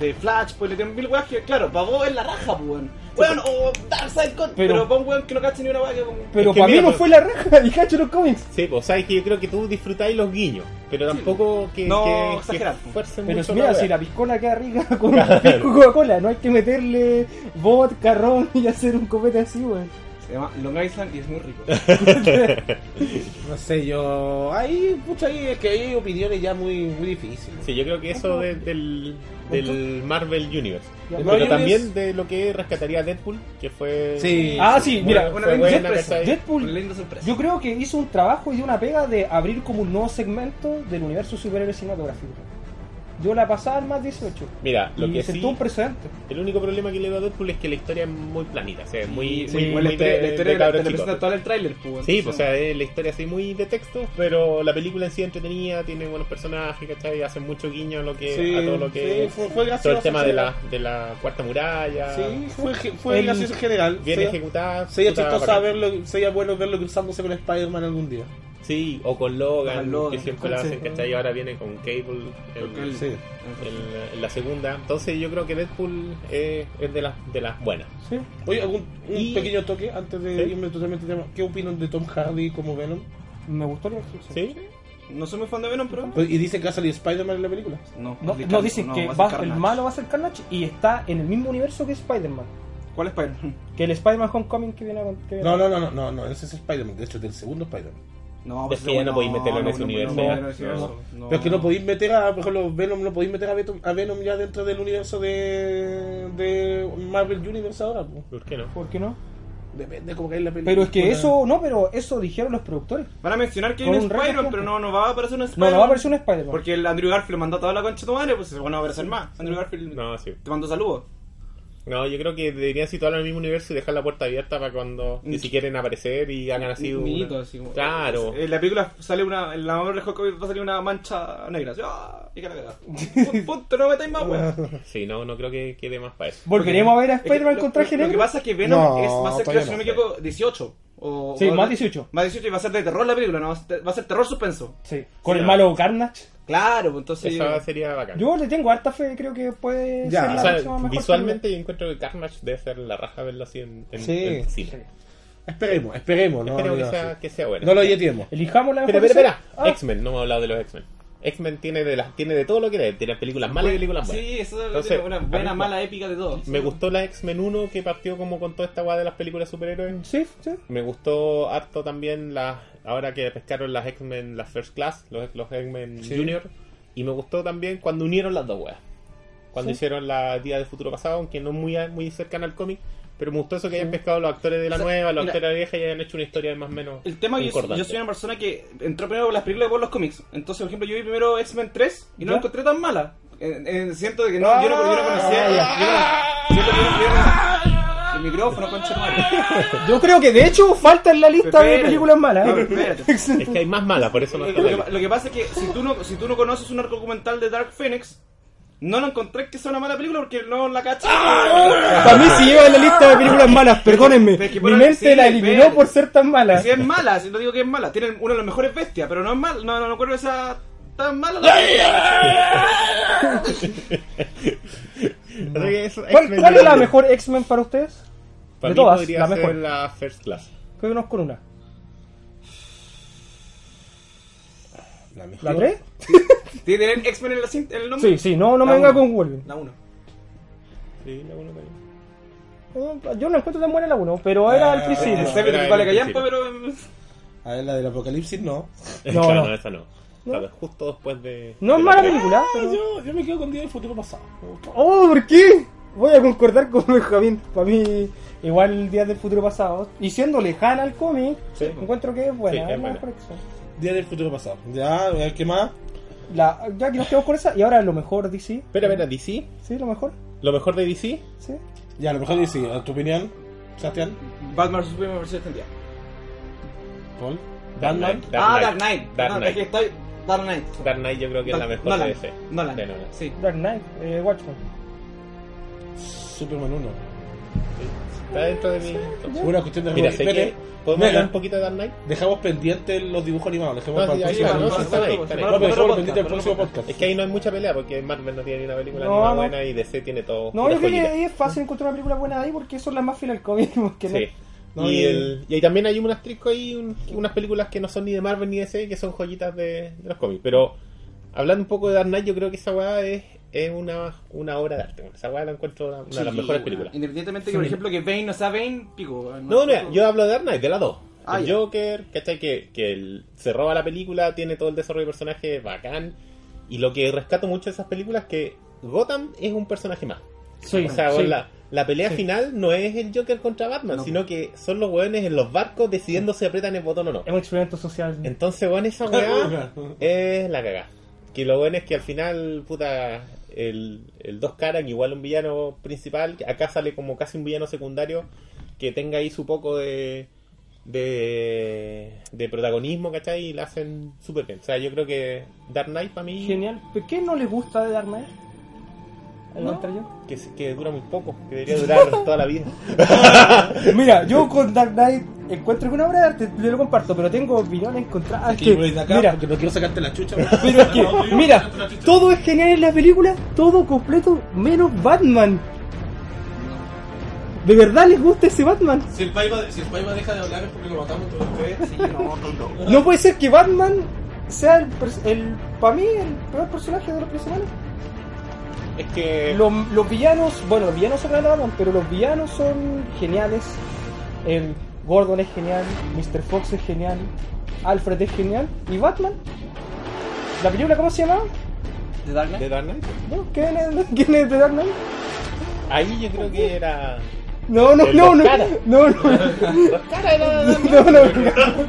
S2: de Flash, pues le dieron mil weas que, claro, para vos es la raja, pues weón. Weón, o Darkseid con.
S4: Pero-
S2: Pero, para un weón que no cacha ni una wea que.
S4: Pero
S1: es que
S4: para mí
S1: mira,
S4: no
S1: pues-
S4: fue la raja, dije hecho los cómics.
S1: Sí, pues sabes que yo creo que tú disfrutáis los guiños, pero tampoco que,
S2: No
S1: que,
S2: exagerar.
S1: que fuercen
S4: Pero
S1: mucho
S4: mira,
S1: la
S4: si
S1: wea.
S4: la piscola queda rica con un pisco Coca-Cola, no hay que meterle vodka, ron y hacer un copete así, weón.
S2: Se llama Long Island y es muy rico.
S3: No sé, yo. Ahí, pucha, ahí es que hay opiniones ya muy, muy difíciles.
S1: Sí, yo creo que eso de- del, del Marvel Universe.
S4: Ya,
S1: Pero
S3: Marvel
S1: también
S3: Universe-
S1: de lo que rescataría Deadpool, que fue...
S3: Sí.
S4: Ah, sí,
S1: Bueno,
S4: mira,
S1: fue
S4: una
S1: buena,
S4: Deadpool-
S1: ¿cachai?
S4: Deadpool,
S2: Una linda sorpresa.
S4: yo creo que hizo un trabajo y dio una pega de abrir como un nuevo segmento del universo superhéroe cinematográfico. Yo la pasaba al más 18.
S1: Mira, lo
S4: y
S1: que
S4: sentó
S1: sí...
S4: un precedente.
S1: El único problema que le veo a Deadpool es que la historia es muy planita, o sea, es muy...
S2: Sí,
S1: muy,
S2: igual la
S1: muy
S2: historia,
S1: de-
S2: la historia
S1: de
S2: la-
S1: cabros
S2: te la
S1: chicos.
S2: presenta todo en el tráiler, pues weón.
S1: Sí, pues, o sea, es la historia así muy de texto, pero la película en sí es entretenida, tiene buenos personajes, ¿cachai? Hacen mucho guiño a, lo que,
S3: Sí,
S1: a todo lo
S3: sí,
S1: que...
S3: fue, fue gracioso.
S1: todo el tema de
S3: sí.
S1: la, de la cuarta muralla,
S3: Sí, fue, fue
S4: El-
S3: gracioso en general.
S1: bien
S3: sería,
S1: ejecutada.
S3: sería
S1: puta,
S3: chistoso
S1: bacán.
S3: verlo, sería bueno verlo cruzándose con Spider-Man algún día.
S1: Sí, o con Logan,
S2: Con Logan,
S1: que siempre la
S3: sí.
S1: hacen, ¿cachai? Y ahora viene con Cable en,
S2: Cable.
S3: Sí.
S1: en- en la segunda. Entonces yo creo que Deadpool eh, es de las, de las buenas.
S4: Sí.
S3: Oye, algún, un
S1: Y-
S3: pequeño toque antes de
S1: Sí.
S3: irme totalmente al tema. ¿Qué opinan de Tom Hardy como Venom?
S4: Me gustó la versión.
S1: ¿Sí?
S2: No soy muy fan de Venom, pero.
S3: Pues, y dice que va a salir Spider-Man en la película.
S2: No,
S4: No,
S2: de
S4: no,
S2: Carnage,
S4: dicen
S2: no,
S4: que
S2: va a ser
S4: va- el
S2: Carnage.
S4: malo va a ser Carnage y está en el mismo universo que Spider-Man.
S2: ¿Cuál es Spider-Man?
S4: Que el Spider-Man Homecoming que viene a... que viene
S3: No,
S4: a-
S3: no, no, no, no, no, ese es Spider-Man, de hecho, es del segundo Spider-Man.
S2: No,
S1: Es que ya no podéis meterlo en ese universo,
S2: no,
S1: ya.
S2: no, no, no.
S3: Pero es que no podéis meter a, por ejemplo, Venom, no podéis meter a Venom, a Venom ya dentro del universo de, de Marvel Universe ahora, pues.
S1: ¿Por qué no?
S4: ¿Por qué no?
S3: Depende cómo cae la película.
S4: Pero es que eso, no, pero eso dijeron los productores.
S2: Van a mencionar que hay
S4: Con
S2: un
S4: un rayo
S2: Spider-Man,
S4: tiempo.
S2: pero no, no va a aparecer un
S4: No,
S2: Spider-Man.
S4: no va a aparecer un Spider-Man.
S2: Porque el Andrew Garfield mandó toda la concha de tu madre, pues bueno, va a aparecer más. Andrew Garfield
S1: No, sí.
S2: te mandó saludos.
S1: No, yo creo que deberían situarlo en el mismo universo y dejar la puerta abierta para cuando ni si quieren aparecer y hagan así
S2: Un
S1: una-
S2: minito, así como-
S1: Claro.
S2: En la película sale una. En la obra de Hulk va a salir una mancha negra. Así, ¡ah! Y que la cagada. Pun- Punto, no metáis más, weón.
S1: Sí, no, no creo que quede más para eso.
S4: Volveremos a ver a
S2: Es que
S4: Spider-Man
S2: lo-
S4: con traje
S2: lo- Lo que
S4: negro.
S2: pasa es que Venom
S3: No,
S2: es, va a ser,
S3: todavía
S2: creo, si no
S3: no.
S2: me equivoco, 18. O,
S4: Sí,
S2: o-
S4: más 18.
S2: Más 18 y va a ser de terror la película, no, va a ser- va a ser terror suspenso.
S4: Sí, con
S1: Sí,
S4: el
S1: no.
S4: malo Carnage.
S2: Claro, pues entonces.
S1: Esa sería bacán.
S4: Yo le tengo harta fe, creo que puede
S2: Ya,
S4: ser
S1: O
S4: la
S1: sea,
S4: próxima mejor
S1: visualmente yo encuentro que Carnage debe ser la raja verlo así en, en,
S2: Sí.
S1: en cine.
S3: Esperemos, esperemos. No,
S1: Espero que
S3: no,
S1: sea, que sea bueno.
S3: no lo yetiemos.
S4: película. Elijamos la
S1: Espera,
S4: mejor.
S1: espera, espera.
S4: serie. Ah,
S1: X-Men, no hemos hablado de los X-Men. X-Men tiene de las tiene de todo lo que tiene, tiene películas malas y películas buenas.
S2: pues, Sí, eso
S1: pues. Entonces,
S2: es una buena,
S1: a mí-
S2: mala, épica de todo.
S1: Me gustó la X-Men 1 que partió como con toda esta guada de las películas superhéroes.
S4: Ah, Sí, sí.
S1: Me gustó harto también las ahora que pescaron las X-Men, las First Class, los, los X-Men Junior. Y me gustó también cuando unieron las dos weas. Cuando hicieron la Día del Futuro Pasado, aunque no muy, a- muy cercana al cómic. Pero me gustó eso que hayan pescado los actores de la
S2: O sea,
S1: nueva, los
S2: mira,
S1: actores de la vieja y hayan hecho una historia más o menos.
S2: El tema es que yo,
S1: concordante.
S2: yo soy una persona que entró primero por las películas y por los cómics. Entonces, por ejemplo, yo vi primero X-Men 3 y no la
S4: ¿Ya?
S2: encontré tan mala. Eh, eh, siento de que no, yo no, yo no conocía.
S4: Ah, ya.
S2: yo no- siento que yo no- yo no- El micrófono, concha de madre.
S4: Yo creo que de hecho falta en la lista de
S2: Espérate.
S4: Ah. películas malas.
S2: No,
S4: ¿eh?
S2: espérate.
S1: Es que hay más malas, por eso no
S2: Lo
S1: está
S2: que,
S1: mal.
S2: lo que pasa es que si tú no, si tú no conoces un arco documental de Dark Phoenix, no lo encontré que sea una mala película porque no la cachas.
S4: Para mí se lleva en la lista de películas malas, perdónenme.
S2: Pero es que
S4: Mi
S2: por-
S4: mente
S2: sí,
S4: la eliminó
S2: espérate.
S4: por ser tan mala.
S2: Si es mala, si no digo que es mala, tienen una de las mejores bestias, pero no es mala, no, no, no encuentro que sea tan mala. la película.
S1: Así que eso-
S4: ¿Cuál,
S1: X-Men
S4: cuál
S1: yo
S4: es la
S1: creo-
S4: mejor X-Men para ustedes?
S1: Para
S4: de
S1: mí
S4: todas,
S1: podría
S4: la
S1: ser
S4: mejor.
S1: la First Class.
S4: Creo que nos con una.
S3: La mejor.
S4: ¿La 3?
S2: ¿Tienen X-Men en, la cin- en el nombre?
S4: Sí, sí, no, no me
S2: La
S4: venga
S2: uno.
S4: con Wolverine.
S2: La 1.
S1: Sí, la uno también.
S4: Eh, Yo no encuentro tan buena la 1, pero era al
S3: Ah,
S4: principio.
S2: El
S1: esa-
S2: Seven
S1: era
S2: de Pale
S1: el
S2: Callampa,
S1: principio.
S2: pero.
S3: A ver, la del apocalipsis no.
S4: No,
S1: claro,
S4: no.
S1: no, esa no. Claro, justo después de.
S4: No es
S1: de
S4: mala
S1: la-
S4: película,
S3: Ah,
S4: pero-
S3: yo, yo me quedo con Día del Futuro Pasado. Me gustó.
S4: Oh, ¿por qué? Voy a concordar con Benjamín. Para mí, igual Días del Futuro Pasado. Y siendo lejana al cómic,
S1: Sí.
S4: encuentro que es buena.
S1: Sí, es
S4: es la
S1: buena.
S4: mejor X-Men.
S3: Día del Futuro Pasado. Ya, a ver, ¿qué más?
S4: La- ya que nos quedamos con esa, y ahora lo mejor DC.
S1: Espera, espera, DC.
S4: ¿Sí? ¿Lo mejor?
S1: Lo mejor de DC.
S4: ¿Sí?
S3: Ya, a lo mejor dice, ¿tu opinión, Sebastián?
S2: Batman vs Superman versión extendida.
S3: Paul.
S1: Knight,
S2: Ah, Dark
S1: Dark
S2: Knight.
S1: Dark
S2: No, es que
S1: Knight.
S2: estoy. Dark Knight.
S1: Dark Knight yo creo que es la
S2: Dark-
S1: mejor
S2: Nolan.
S1: de DC.
S2: Nolan.
S1: De Nolan.
S2: Sí.
S4: Dark Knight, eh, Watchmen.
S3: Superman 1.
S1: Está dentro de mi.
S3: Una cuestión de
S1: Mira,
S3: Roy.
S1: sé
S3: Espere,
S1: que. ¿Podemos
S3: Mira.
S1: hablar un poquito de Dark Knight?
S3: Dejamos pendientes los dibujos animados. Dejemos
S1: No,
S3: para el
S1: sí, ahí
S3: próximo
S1: va, no,
S3: podcast.
S1: sí, está ahí, está ahí.
S3: No, pero dejamos
S2: Otro
S3: pendiente el
S2: podcast,
S3: próximo
S2: otro podcast.
S3: podcast.
S1: Es que ahí no hay mucha pelea porque Marvel no tiene ni una película
S4: No,
S1: ni una
S4: no.
S1: buena y DC tiene todo.
S4: No,
S1: pura
S4: yo creo que
S1: joyita.
S4: ahí es fácil encontrar una película buena ahí porque son las más fieles al cómic. porque no-
S1: Sí.
S3: No,
S1: y,
S3: y-
S1: el- y ahí también hay un asterisco ahí, un- unas películas que no son ni de Marvel ni de DC, que son joyitas de, de los cómics. Pero hablando un poco de Dark Knight, yo creo que esa weá es, es una, una obra de arte. bueno. Esa weá la encuentro una, una de las
S2: Sí,
S1: mejores
S2: bueno.
S1: películas.
S2: Independientemente que, por ejemplo, que Bane no sea Bane, pico.
S1: No, no, yo hablo de Dark Knight, de las dos.
S2: Ah,
S1: el
S2: ya.
S1: Joker, ¿cachai? Que, que el- se roba la película, tiene todo el desarrollo de personaje bacán. Y lo que rescato mucho de esas películas es que Gotham es un personaje más.
S4: Sí,
S1: O sea,
S4: sí.
S1: bueno, la, la pelea
S4: Sí.
S1: final no es el Joker contra Batman,
S2: No.
S1: sino que son los weones en los barcos decidiendo si apretan el botón o no.
S4: Es un experimento social.
S1: Entonces, weón, esa weá es la cagá. Que lo bueno es que al final, puta, el, el dos caras, que igual un villano principal, acá sale como casi un villano secundario, que tenga ahí su poco de, de, de protagonismo, ¿cachai? Y la hacen súper bien. O sea, yo creo que Dark Knight para mí,
S4: Genial. ¿Pero qué no les gusta de Dark Knight? Al
S1: No.
S4: contrario.
S1: que, se- que dura muy poco, que debería durar toda la vida.
S4: Mira, yo con Dark Knight encuentro que una obra de arte, yo lo comparto, pero tengo opiniones encontradas.
S3: Que
S4: que-
S3: voy pues, de acá
S4: mira,
S3: porque no quiero sacarte la chucha.
S4: Pero es que, mira, todo es genial en la película, todo completo, menos Batman. ¿De verdad les gusta ese Batman?
S3: Si el Paiva si el Paiva deja de hablar es porque lo matamos todos ustedes.
S4: No puede ser que Batman sea el, pers- el para mí, el peor personaje de los personajes.
S1: Es que...
S4: Los, los villanos, bueno, los villanos son grandes, Batman, pero los villanos son geniales. El Gordon es genial, Mr. Fox es genial, Alfred es genial, y Batman. ¿La película cómo se llama?
S2: ¿De Dark
S1: ¿De
S2: Knight?
S1: Dark Knight?
S4: ¿Quién es, ¿Quién es de Dark Knight?
S1: Ahí yo creo que era...
S4: No, no,
S1: El
S4: no,
S1: Dos
S4: no,
S1: Caras.
S4: no, no,
S1: Dos caras era...
S4: no, no, no.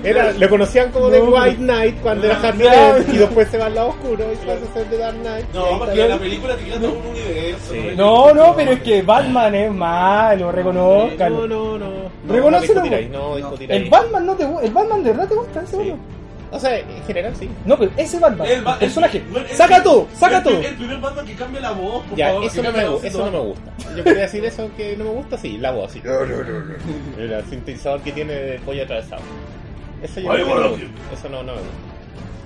S1: Era, lo conocían como The
S4: No.
S1: White Knight cuando era Harry Knight y después se va al lado oscuro y se hace ser The Dark Knight. Y ahí
S3: No, porque
S1: está.
S3: la película te crea todo un universo.
S1: Sí.
S4: No, no, pero es que Batman es malo, reconozcan.
S1: No, no, no. No,
S4: Reconócelo.
S1: No discutir ahí, no discutir ahí.
S4: El Batman no te gu- el Batman de verdad te gusta ese
S1: Sí.
S4: Batman.
S1: O sea, en general sí.
S4: No, pero ese Batman, el,
S3: El, ba-
S4: personaje,
S3: el- el-
S4: saca todo,
S3: el-
S4: saca todo.
S3: El primer Batman que cambia la voz, por
S1: Ya,
S3: favor.
S1: eso, no me, gu- eso no me gusta. Yo quería decir eso que no me gusta, sí, la voz, sí. El sintetizador que tiene de pollo atravesado. Eso yo no, eso no, no me gusta.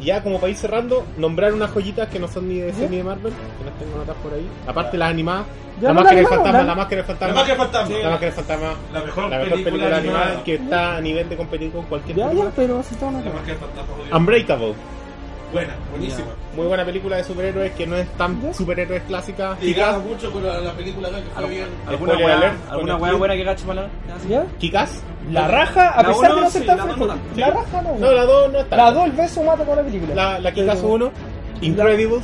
S1: Ya como para ir cerrando, nombrar unas joyitas que no son ni de DC ni de Marvel, que las tengo notas por ahí. Aparte las animadas,
S4: Ya,
S1: la
S4: no,
S1: máscara
S4: la
S1: del
S4: animada,
S1: fantasma,
S4: la-
S1: la máscara del fantasma,
S3: La más que fantasma.
S1: la máscara del fantasma,
S3: La mejor,
S1: la mejor película animada que está a nivel de competir con cualquier
S4: Ya, ya,
S1: película.
S4: pero si todo no.
S3: La más que fantasma. obvio.
S1: Unbreakable,
S3: Buena, buenísima.
S1: muy buena película de superhéroes que no es tan superhéroes clásica.
S3: Ligada mucho con la, la película acá que fue bien.
S2: ¿Alguna
S1: Spoiler
S2: weá,
S1: alert,
S2: alguna
S1: con
S2: weá
S1: el-
S2: buena que gache para la...
S4: ¿Ya?
S1: Kikas.
S4: La raja, a
S2: La
S4: pesar de
S2: uno,
S4: no
S2: sí,
S4: ser tan
S2: la
S4: fuerte,
S2: dos no.
S4: la raja no.
S1: No, la 2 no está.
S4: La 2 el beso mata toda la película.
S1: La, la Kikas
S4: Pero-
S1: 1. Incredibles.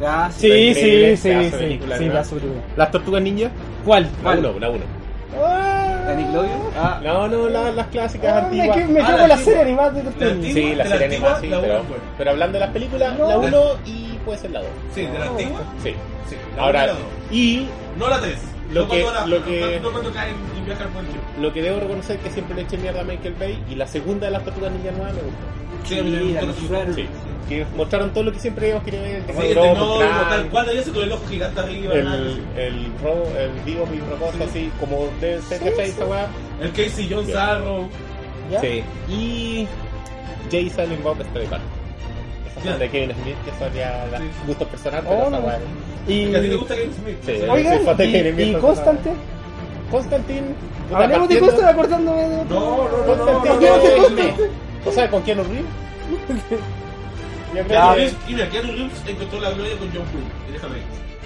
S2: Ya, sí.
S4: Sí, sí, sí,
S1: Increíble,
S4: sí,
S1: pedazo de
S4: sí,
S1: película,
S4: sí,
S1: ¿no?
S4: pedazo de película.
S1: Las Tortugas Ninja.
S4: ¿Cuál?
S1: La
S2: ¿Cuál?
S1: 1, la 1.
S4: Ah,
S2: ¿La Nickelodeon? Ah,
S1: No, no, la- las clásicas
S4: ah, me
S1: antiguas.
S4: que- me
S3: Ah,
S4: quedo
S3: la
S4: con la
S3: antigua.
S4: serie animada de Tortugas.
S3: antigua.
S1: Sí, la
S3: de
S1: serie
S3: la
S1: animada,
S3: antigua,
S1: sí,
S3: la
S1: pero,
S3: uno es buena.
S1: pero hablando de las películas,
S4: No.
S1: la 1 y puede ser la 2.
S3: Sí, de la antigua.
S1: Sí.
S3: Sí, la
S1: Ahora,
S3: uno y la dos.
S1: y
S3: No la 3.
S1: Lo
S3: no
S1: que-
S3: cuando la-
S1: lo
S3: no-
S1: que-
S3: No cuando caen y viajan por el tiempo.
S1: lo que debo reconocer es que siempre le eché mierda a Michael Bay y la segunda de las Tortugas Ninja nueva me gustó.
S3: Sí, a mí también me gustó la película.
S1: Sí. Que mostraron todo lo que siempre habíamos querido ver. El
S3: Sí, el
S1: robo,
S3: no,
S1: Frank,
S3: tal cual, ella se con el ojo gigante arriba. nada,
S1: el,
S3: sí.
S1: el robo, el vivo, mi propósito, así como debe ser de esa weá.
S3: El Casey John
S1: Ya.
S3: Sarro.
S4: ¿Ya?
S1: Sí. Y Jay Silent Bob está de Esas
S3: Ya.
S1: son de Kevin Smith, que son ya las
S3: Sí.
S1: gustos personales,
S4: Oh,
S1: pero
S4: no.
S1: esa weá.
S4: Y,
S3: ¿A ti te gusta Kevin Smith?
S1: Sí.
S3: ¿no?
S4: oigan,
S1: Sí, fue
S4: y-
S1: Tekken,
S4: y,
S1: mientras-
S4: Constantine.
S1: Constantine. puta,
S4: Hablemos de
S1: partiendo-
S4: Constantine acordándome de...
S3: No, no, no, no.
S1: Constantine.
S4: no, no,
S1: Keanu
S4: no, no.
S1: Reeves. O sea, con Keanu Reeves. Yo creo
S3: Keanu
S1: que-
S3: Reeves- Y mira, Keanu Reeves encontró la gloria con John Wayne. Y déjame.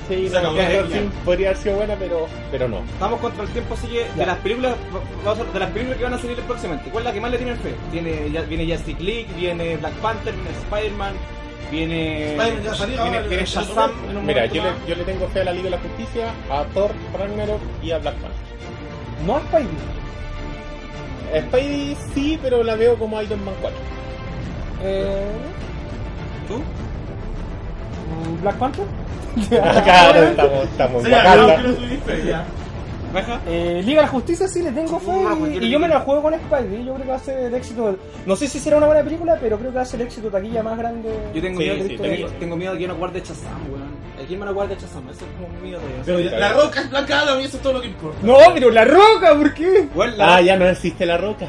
S1: sí,
S3: se
S1: no,
S3: acabó la
S1: Constantine
S3: regla.
S1: podría haber sido buena, pero, pero no.
S2: Estamos contra el tiempo, así que
S4: Ya.
S2: de las películas va- vamos a- de las películas que van a salir próximamente, ¿cuál es la que más le tienen fe? Tiene, ya- viene Justice League, viene Black Panther, viene Spider-Man, viene
S3: Spider-Man ya salió,
S2: viene,
S3: ahora,
S2: viene
S3: el-
S2: Shazam
S3: el-
S2: en un
S1: Mira,
S2: momento
S1: yo le,
S2: más.
S1: yo le tengo fe a la Liga de la Justicia, a Thor, Ragnarok y a Black Panther.
S4: No a Spidey.
S1: Spidey sí, pero la veo como Iron Man 4.
S4: Eh,
S2: ¿Tú?
S4: mm, ¿Black Panther?
S1: Claro, estamos, estamos
S3: Sí,
S1: en
S3: ya,
S1: Wakanda.
S3: creo que no tuviste, ya.
S2: ¿Raja?
S4: Eh, Liga de la Justicia sí le tengo fe
S2: Ah,
S4: y,
S2: cualquier
S4: y yo me
S2: película.
S4: la juego con Spidey. Yo creo que va a ser el éxito. No sé si será una buena película, pero creo que va a ser el éxito taquilla más grande.
S2: Yo tengo
S1: Sí,
S2: miedo,
S1: sí,
S3: eh.
S2: tengo,
S1: también.
S2: tengo miedo que yo no guarde Shazam, weón. ¿A quién me lo guarde Shazam? Eso es como miedo de...
S3: Pero ya, la roca es Black Adam y eso es todo lo que importa.
S4: No, pero la roca, ¿por qué?
S2: Weón, la,
S1: Ah, ya no existe la roca.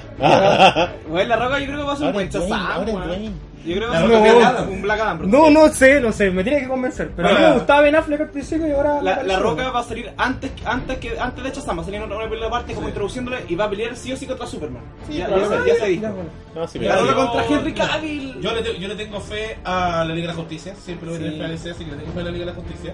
S2: weón, la roca yo creo que va a ser
S1: Ahora
S2: un buen
S1: es Dwayne,
S2: Shazam,
S1: ahora es
S2: weón.
S1: Dwayne.
S2: Yo creo que va
S3: La
S2: a ser un
S3: roca es
S2: Black
S3: Black
S2: Adam,
S3: Adam.
S2: un Black Adam. porque-
S4: No, no sé, no sé, me tiene que convencer. Pero a mí
S3: Ah.
S4: me gustaba Ben Affleck al principio y ahora.
S2: La,
S4: me
S2: la
S4: parece-
S2: roca va a salir antes, antes, que, antes de Shazam, va a salir en una, una película aparte como
S3: Sí.
S2: introduciéndole y va a pelear sí o sí contra Superman.
S1: Sí,
S2: ya,
S1: pero
S2: ya,
S1: no,
S2: se- ya se
S4: Ya,
S2: dijo.
S4: bueno.
S1: No, sí,
S3: Ya,
S2: La
S1: mira.
S2: roca
S3: yo-
S2: contra Henry
S3: mira,
S2: Cavill.
S3: Yo le, tengo- yo le tengo fe a la Liga de la Justicia, siempre voy a tener
S2: Sí.
S3: fe a DC, así que le tengo fe a la Liga de la Justicia.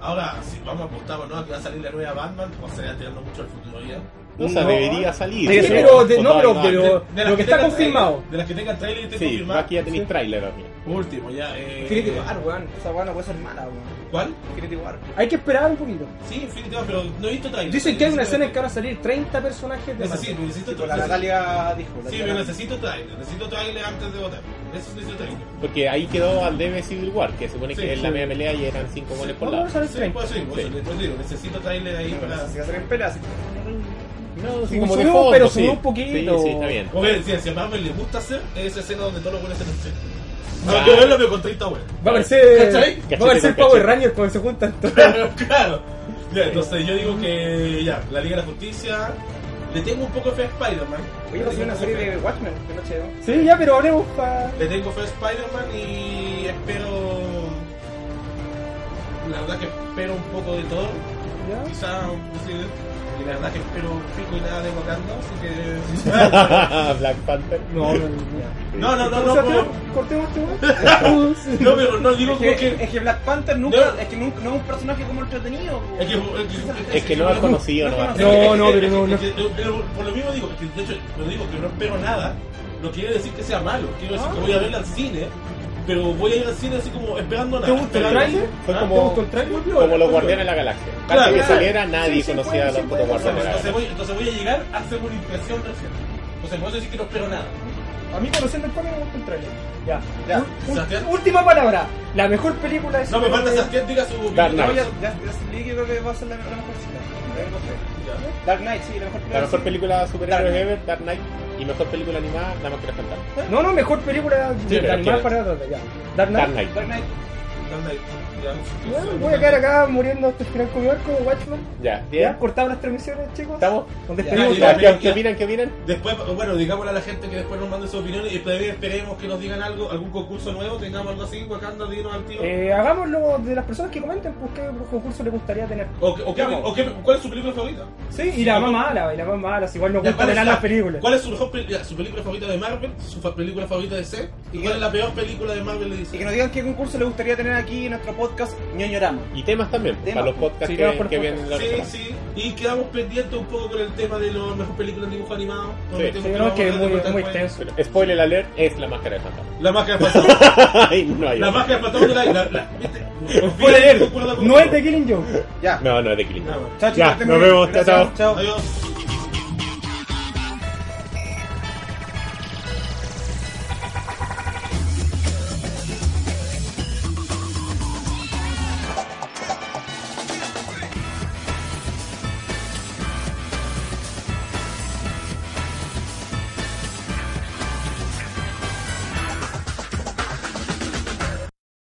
S3: Ahora, si vamos a apostar o no a que va a salir la nueva Batman, o sea, tirando mucho al futuro ya.
S1: O sea,
S4: No.
S1: debería salir.
S4: Sí,
S1: pero-
S4: pero de-
S1: o
S4: no,
S1: todavía
S4: pero- pero-
S3: De- de las
S4: lo que está
S3: tenga
S4: confirmado.
S3: trailer- de las que tenga trailer y esté
S1: Sí,
S3: confirmado.
S1: aquí ya tenéis tráiler amigo.
S3: Último, ya. Eh,
S2: Infinity War, weón. Esa weón no puede ser mala, weón.
S3: ¿Cuál?
S2: Infinity War.
S4: Hay que esperar un poquito.
S3: Sí, Infinity War, pero no he visto trailer.
S4: Dicen que hay una
S3: Necesito
S4: escena en que
S3: trailer.
S4: van a salir 30 personajes de
S3: Necesito,
S4: Marvel.
S3: necesito
S2: Con pues, la
S3: trailer.
S2: Natalia dijo. la
S3: Sí,
S2: Natalia.
S3: pero necesito trailer, necesito trailer antes de votar. Eso necesito trailer.
S1: Porque ahí quedó al debe Civil War, que supone
S3: Sí,
S1: que es la
S3: sí.
S1: media pelea y eran 5 goles por
S4: ¿Cuándo
S1: lado.
S4: van a salir
S3: Sí,
S4: 30?
S3: pues sí, pues sí, después digo, necesito trailer ahí para...
S2: Si va a ser en pelea, así.
S1: No, sí,
S4: Subió,
S1: como de fondo,
S4: pero
S1: sí.
S4: subió un poquito.
S1: Sí, sí, está bien.
S3: Como bien, si a Marvel le gusta hacer, es esa escena donde todos los buenos se nos checan. No, yo verlo veo con 30 buenos.
S4: Va a aparecer.
S3: ¿Cachai?
S4: Va a aparecer
S1: Cachete con
S4: Power
S1: cachete.
S4: Rangers cuando se juntan todos.
S3: claro. Ya, entonces yo digo que ya, la Liga de la Justicia. Le tengo un poco de fe a Spider-Man.
S2: Oye,
S3: Le
S2: va a ser
S3: tengo
S2: una
S3: fe a
S2: serie de
S3: Spider-Man.
S2: Watchmen de noche, ¿no?
S4: Sí, ya, pero hablemos para.
S3: Le tengo fe a Spider-Man y espero. La verdad que espero un poco de todo. Quizá. sí, y la verdad que espero un pico y nada de Wakanda, así que.
S1: Black Panther.
S4: No, no, no.
S3: No, no, no, no,
S4: O sea,
S3: como-
S4: Cortemos este weón.
S3: no, pero no digo
S2: Es que,
S3: porque.
S2: es que Black Panther nunca,
S3: No.
S2: es que nunca, no es un personaje como entretenido. pues. weón.
S3: Es que,
S1: Es que no has conocido, no has
S4: No, no, pero no, no.
S3: Pero, por lo mismo digo, que de hecho, cuando digo que no espero nada, no quiere decir que sea malo, quiero decir que voy a verla al cine, pero voy a ir al cine así como esperando nada.
S4: ¿Te gustó el
S3: esperando-
S4: trailer?
S1: Fue
S3: Ah,
S4: ¿Te gustó el
S1: como,
S4: trailer?
S1: como los Guardianes de la Galaxia. Antes
S3: Claro,
S1: que
S3: claro.
S1: saliera, nadie
S4: Sí, sí,
S1: conocía a
S4: puede,
S1: los
S4: sí,
S1: putos
S4: puede.
S1: Guardianes de la Galaxia.
S3: Entonces voy, entonces voy a llegar a hacer una impresión recién. O sea, por eso decir que no espero nada.
S4: A mí conociendo el cómic me gusta el trailer. Ya.
S2: Ya.
S4: Ul-
S3: Sebastián.
S4: última palabra. La mejor película de
S3: No me falta
S4: superhéroes.
S3: Sebastián, diga su.
S1: Dark
S2: No,
S1: Knight.
S2: ya, ya, Justice League yo creo que va a ser la, la mejor cita. Tengo fe.
S3: Ya.
S2: Dark Knight, sí, la mejor película.
S1: La mejor película superhéroe
S2: Dark Knight.
S1: ever, Dark Knight. Y mejor película animada, La Máscara Fantasma.
S4: No, no, mejor película de
S1: pero
S4: animal
S1: ¿qué?
S4: para la otra, ya. Dark Knight.
S1: Dark Knight.
S2: Dark Knight.
S3: Gandai. Ya.
S4: Bueno, voy a quedar acá muriendo este hasta el final con mi arco, Watchman.
S1: Ya,
S4: Ya,
S1: bien.
S4: cortamos las transmisiones, chicos.
S1: ¿Estamos?
S4: Nos
S1: Ya,
S4: despedimos.
S1: ya, ¿Qué, qué opinan? ¿Qué opinan?
S3: Después, bueno, digámosle a la gente que después nos mande sus opiniones y también esperemos que nos digan algo, algún concurso nuevo, tengamos algo así, Wakanda, dinos al tiro.
S4: Eh, hagámoslo de las personas que comenten pues, qué concurso les gustaría tener.
S3: o, que- o, que-
S1: ya,
S3: o que- ¿Cuál es su película favorita?
S4: Sí, y la más mala, y la más mala, si igual nos
S3: Ya,
S4: gustan
S3: es
S4: ganar
S3: la-
S4: las películas.
S3: ¿Cuál es su, mejor pel- ya, su película favorita de Marvel? ¿Su fa- película favorita de C? ¿Y cuál es la peor película de Marvel de
S2: Y que
S3: DC?
S2: nos digan qué concurso les gustaría tener aquí en nuestro podcast ñoñorama.
S1: Y temas también, pues,
S2: Temas,
S1: para los podcasts
S4: sí, temas
S1: que,
S4: por
S1: que
S4: podcast.
S1: vienen la
S3: Sí,
S1: semana.
S3: sí. Y quedamos pendientes un poco con el tema de las mejores películas de dibujo animado.
S1: Sí.
S4: Sí, no, que es muy, muy extenso.
S1: Pero, Spoiler alert, es la máscara de fantasma.
S3: La máscara de Platón.
S1: Ay, no hay
S3: La
S1: otra.
S3: máscara de Platón de la... la, la ¿Viste?
S1: Spoiler.
S3: Concuerdo
S4: No es
S3: contigo.
S4: de Killing Joke.
S2: Ya.
S1: No, no, es de Killing.
S3: Nada más.
S2: Chao,
S1: Ya,
S2: que estén
S1: nos
S2: muy bien.
S1: vemos, chao, chao.
S2: Gracias, Chao.
S3: Adiós.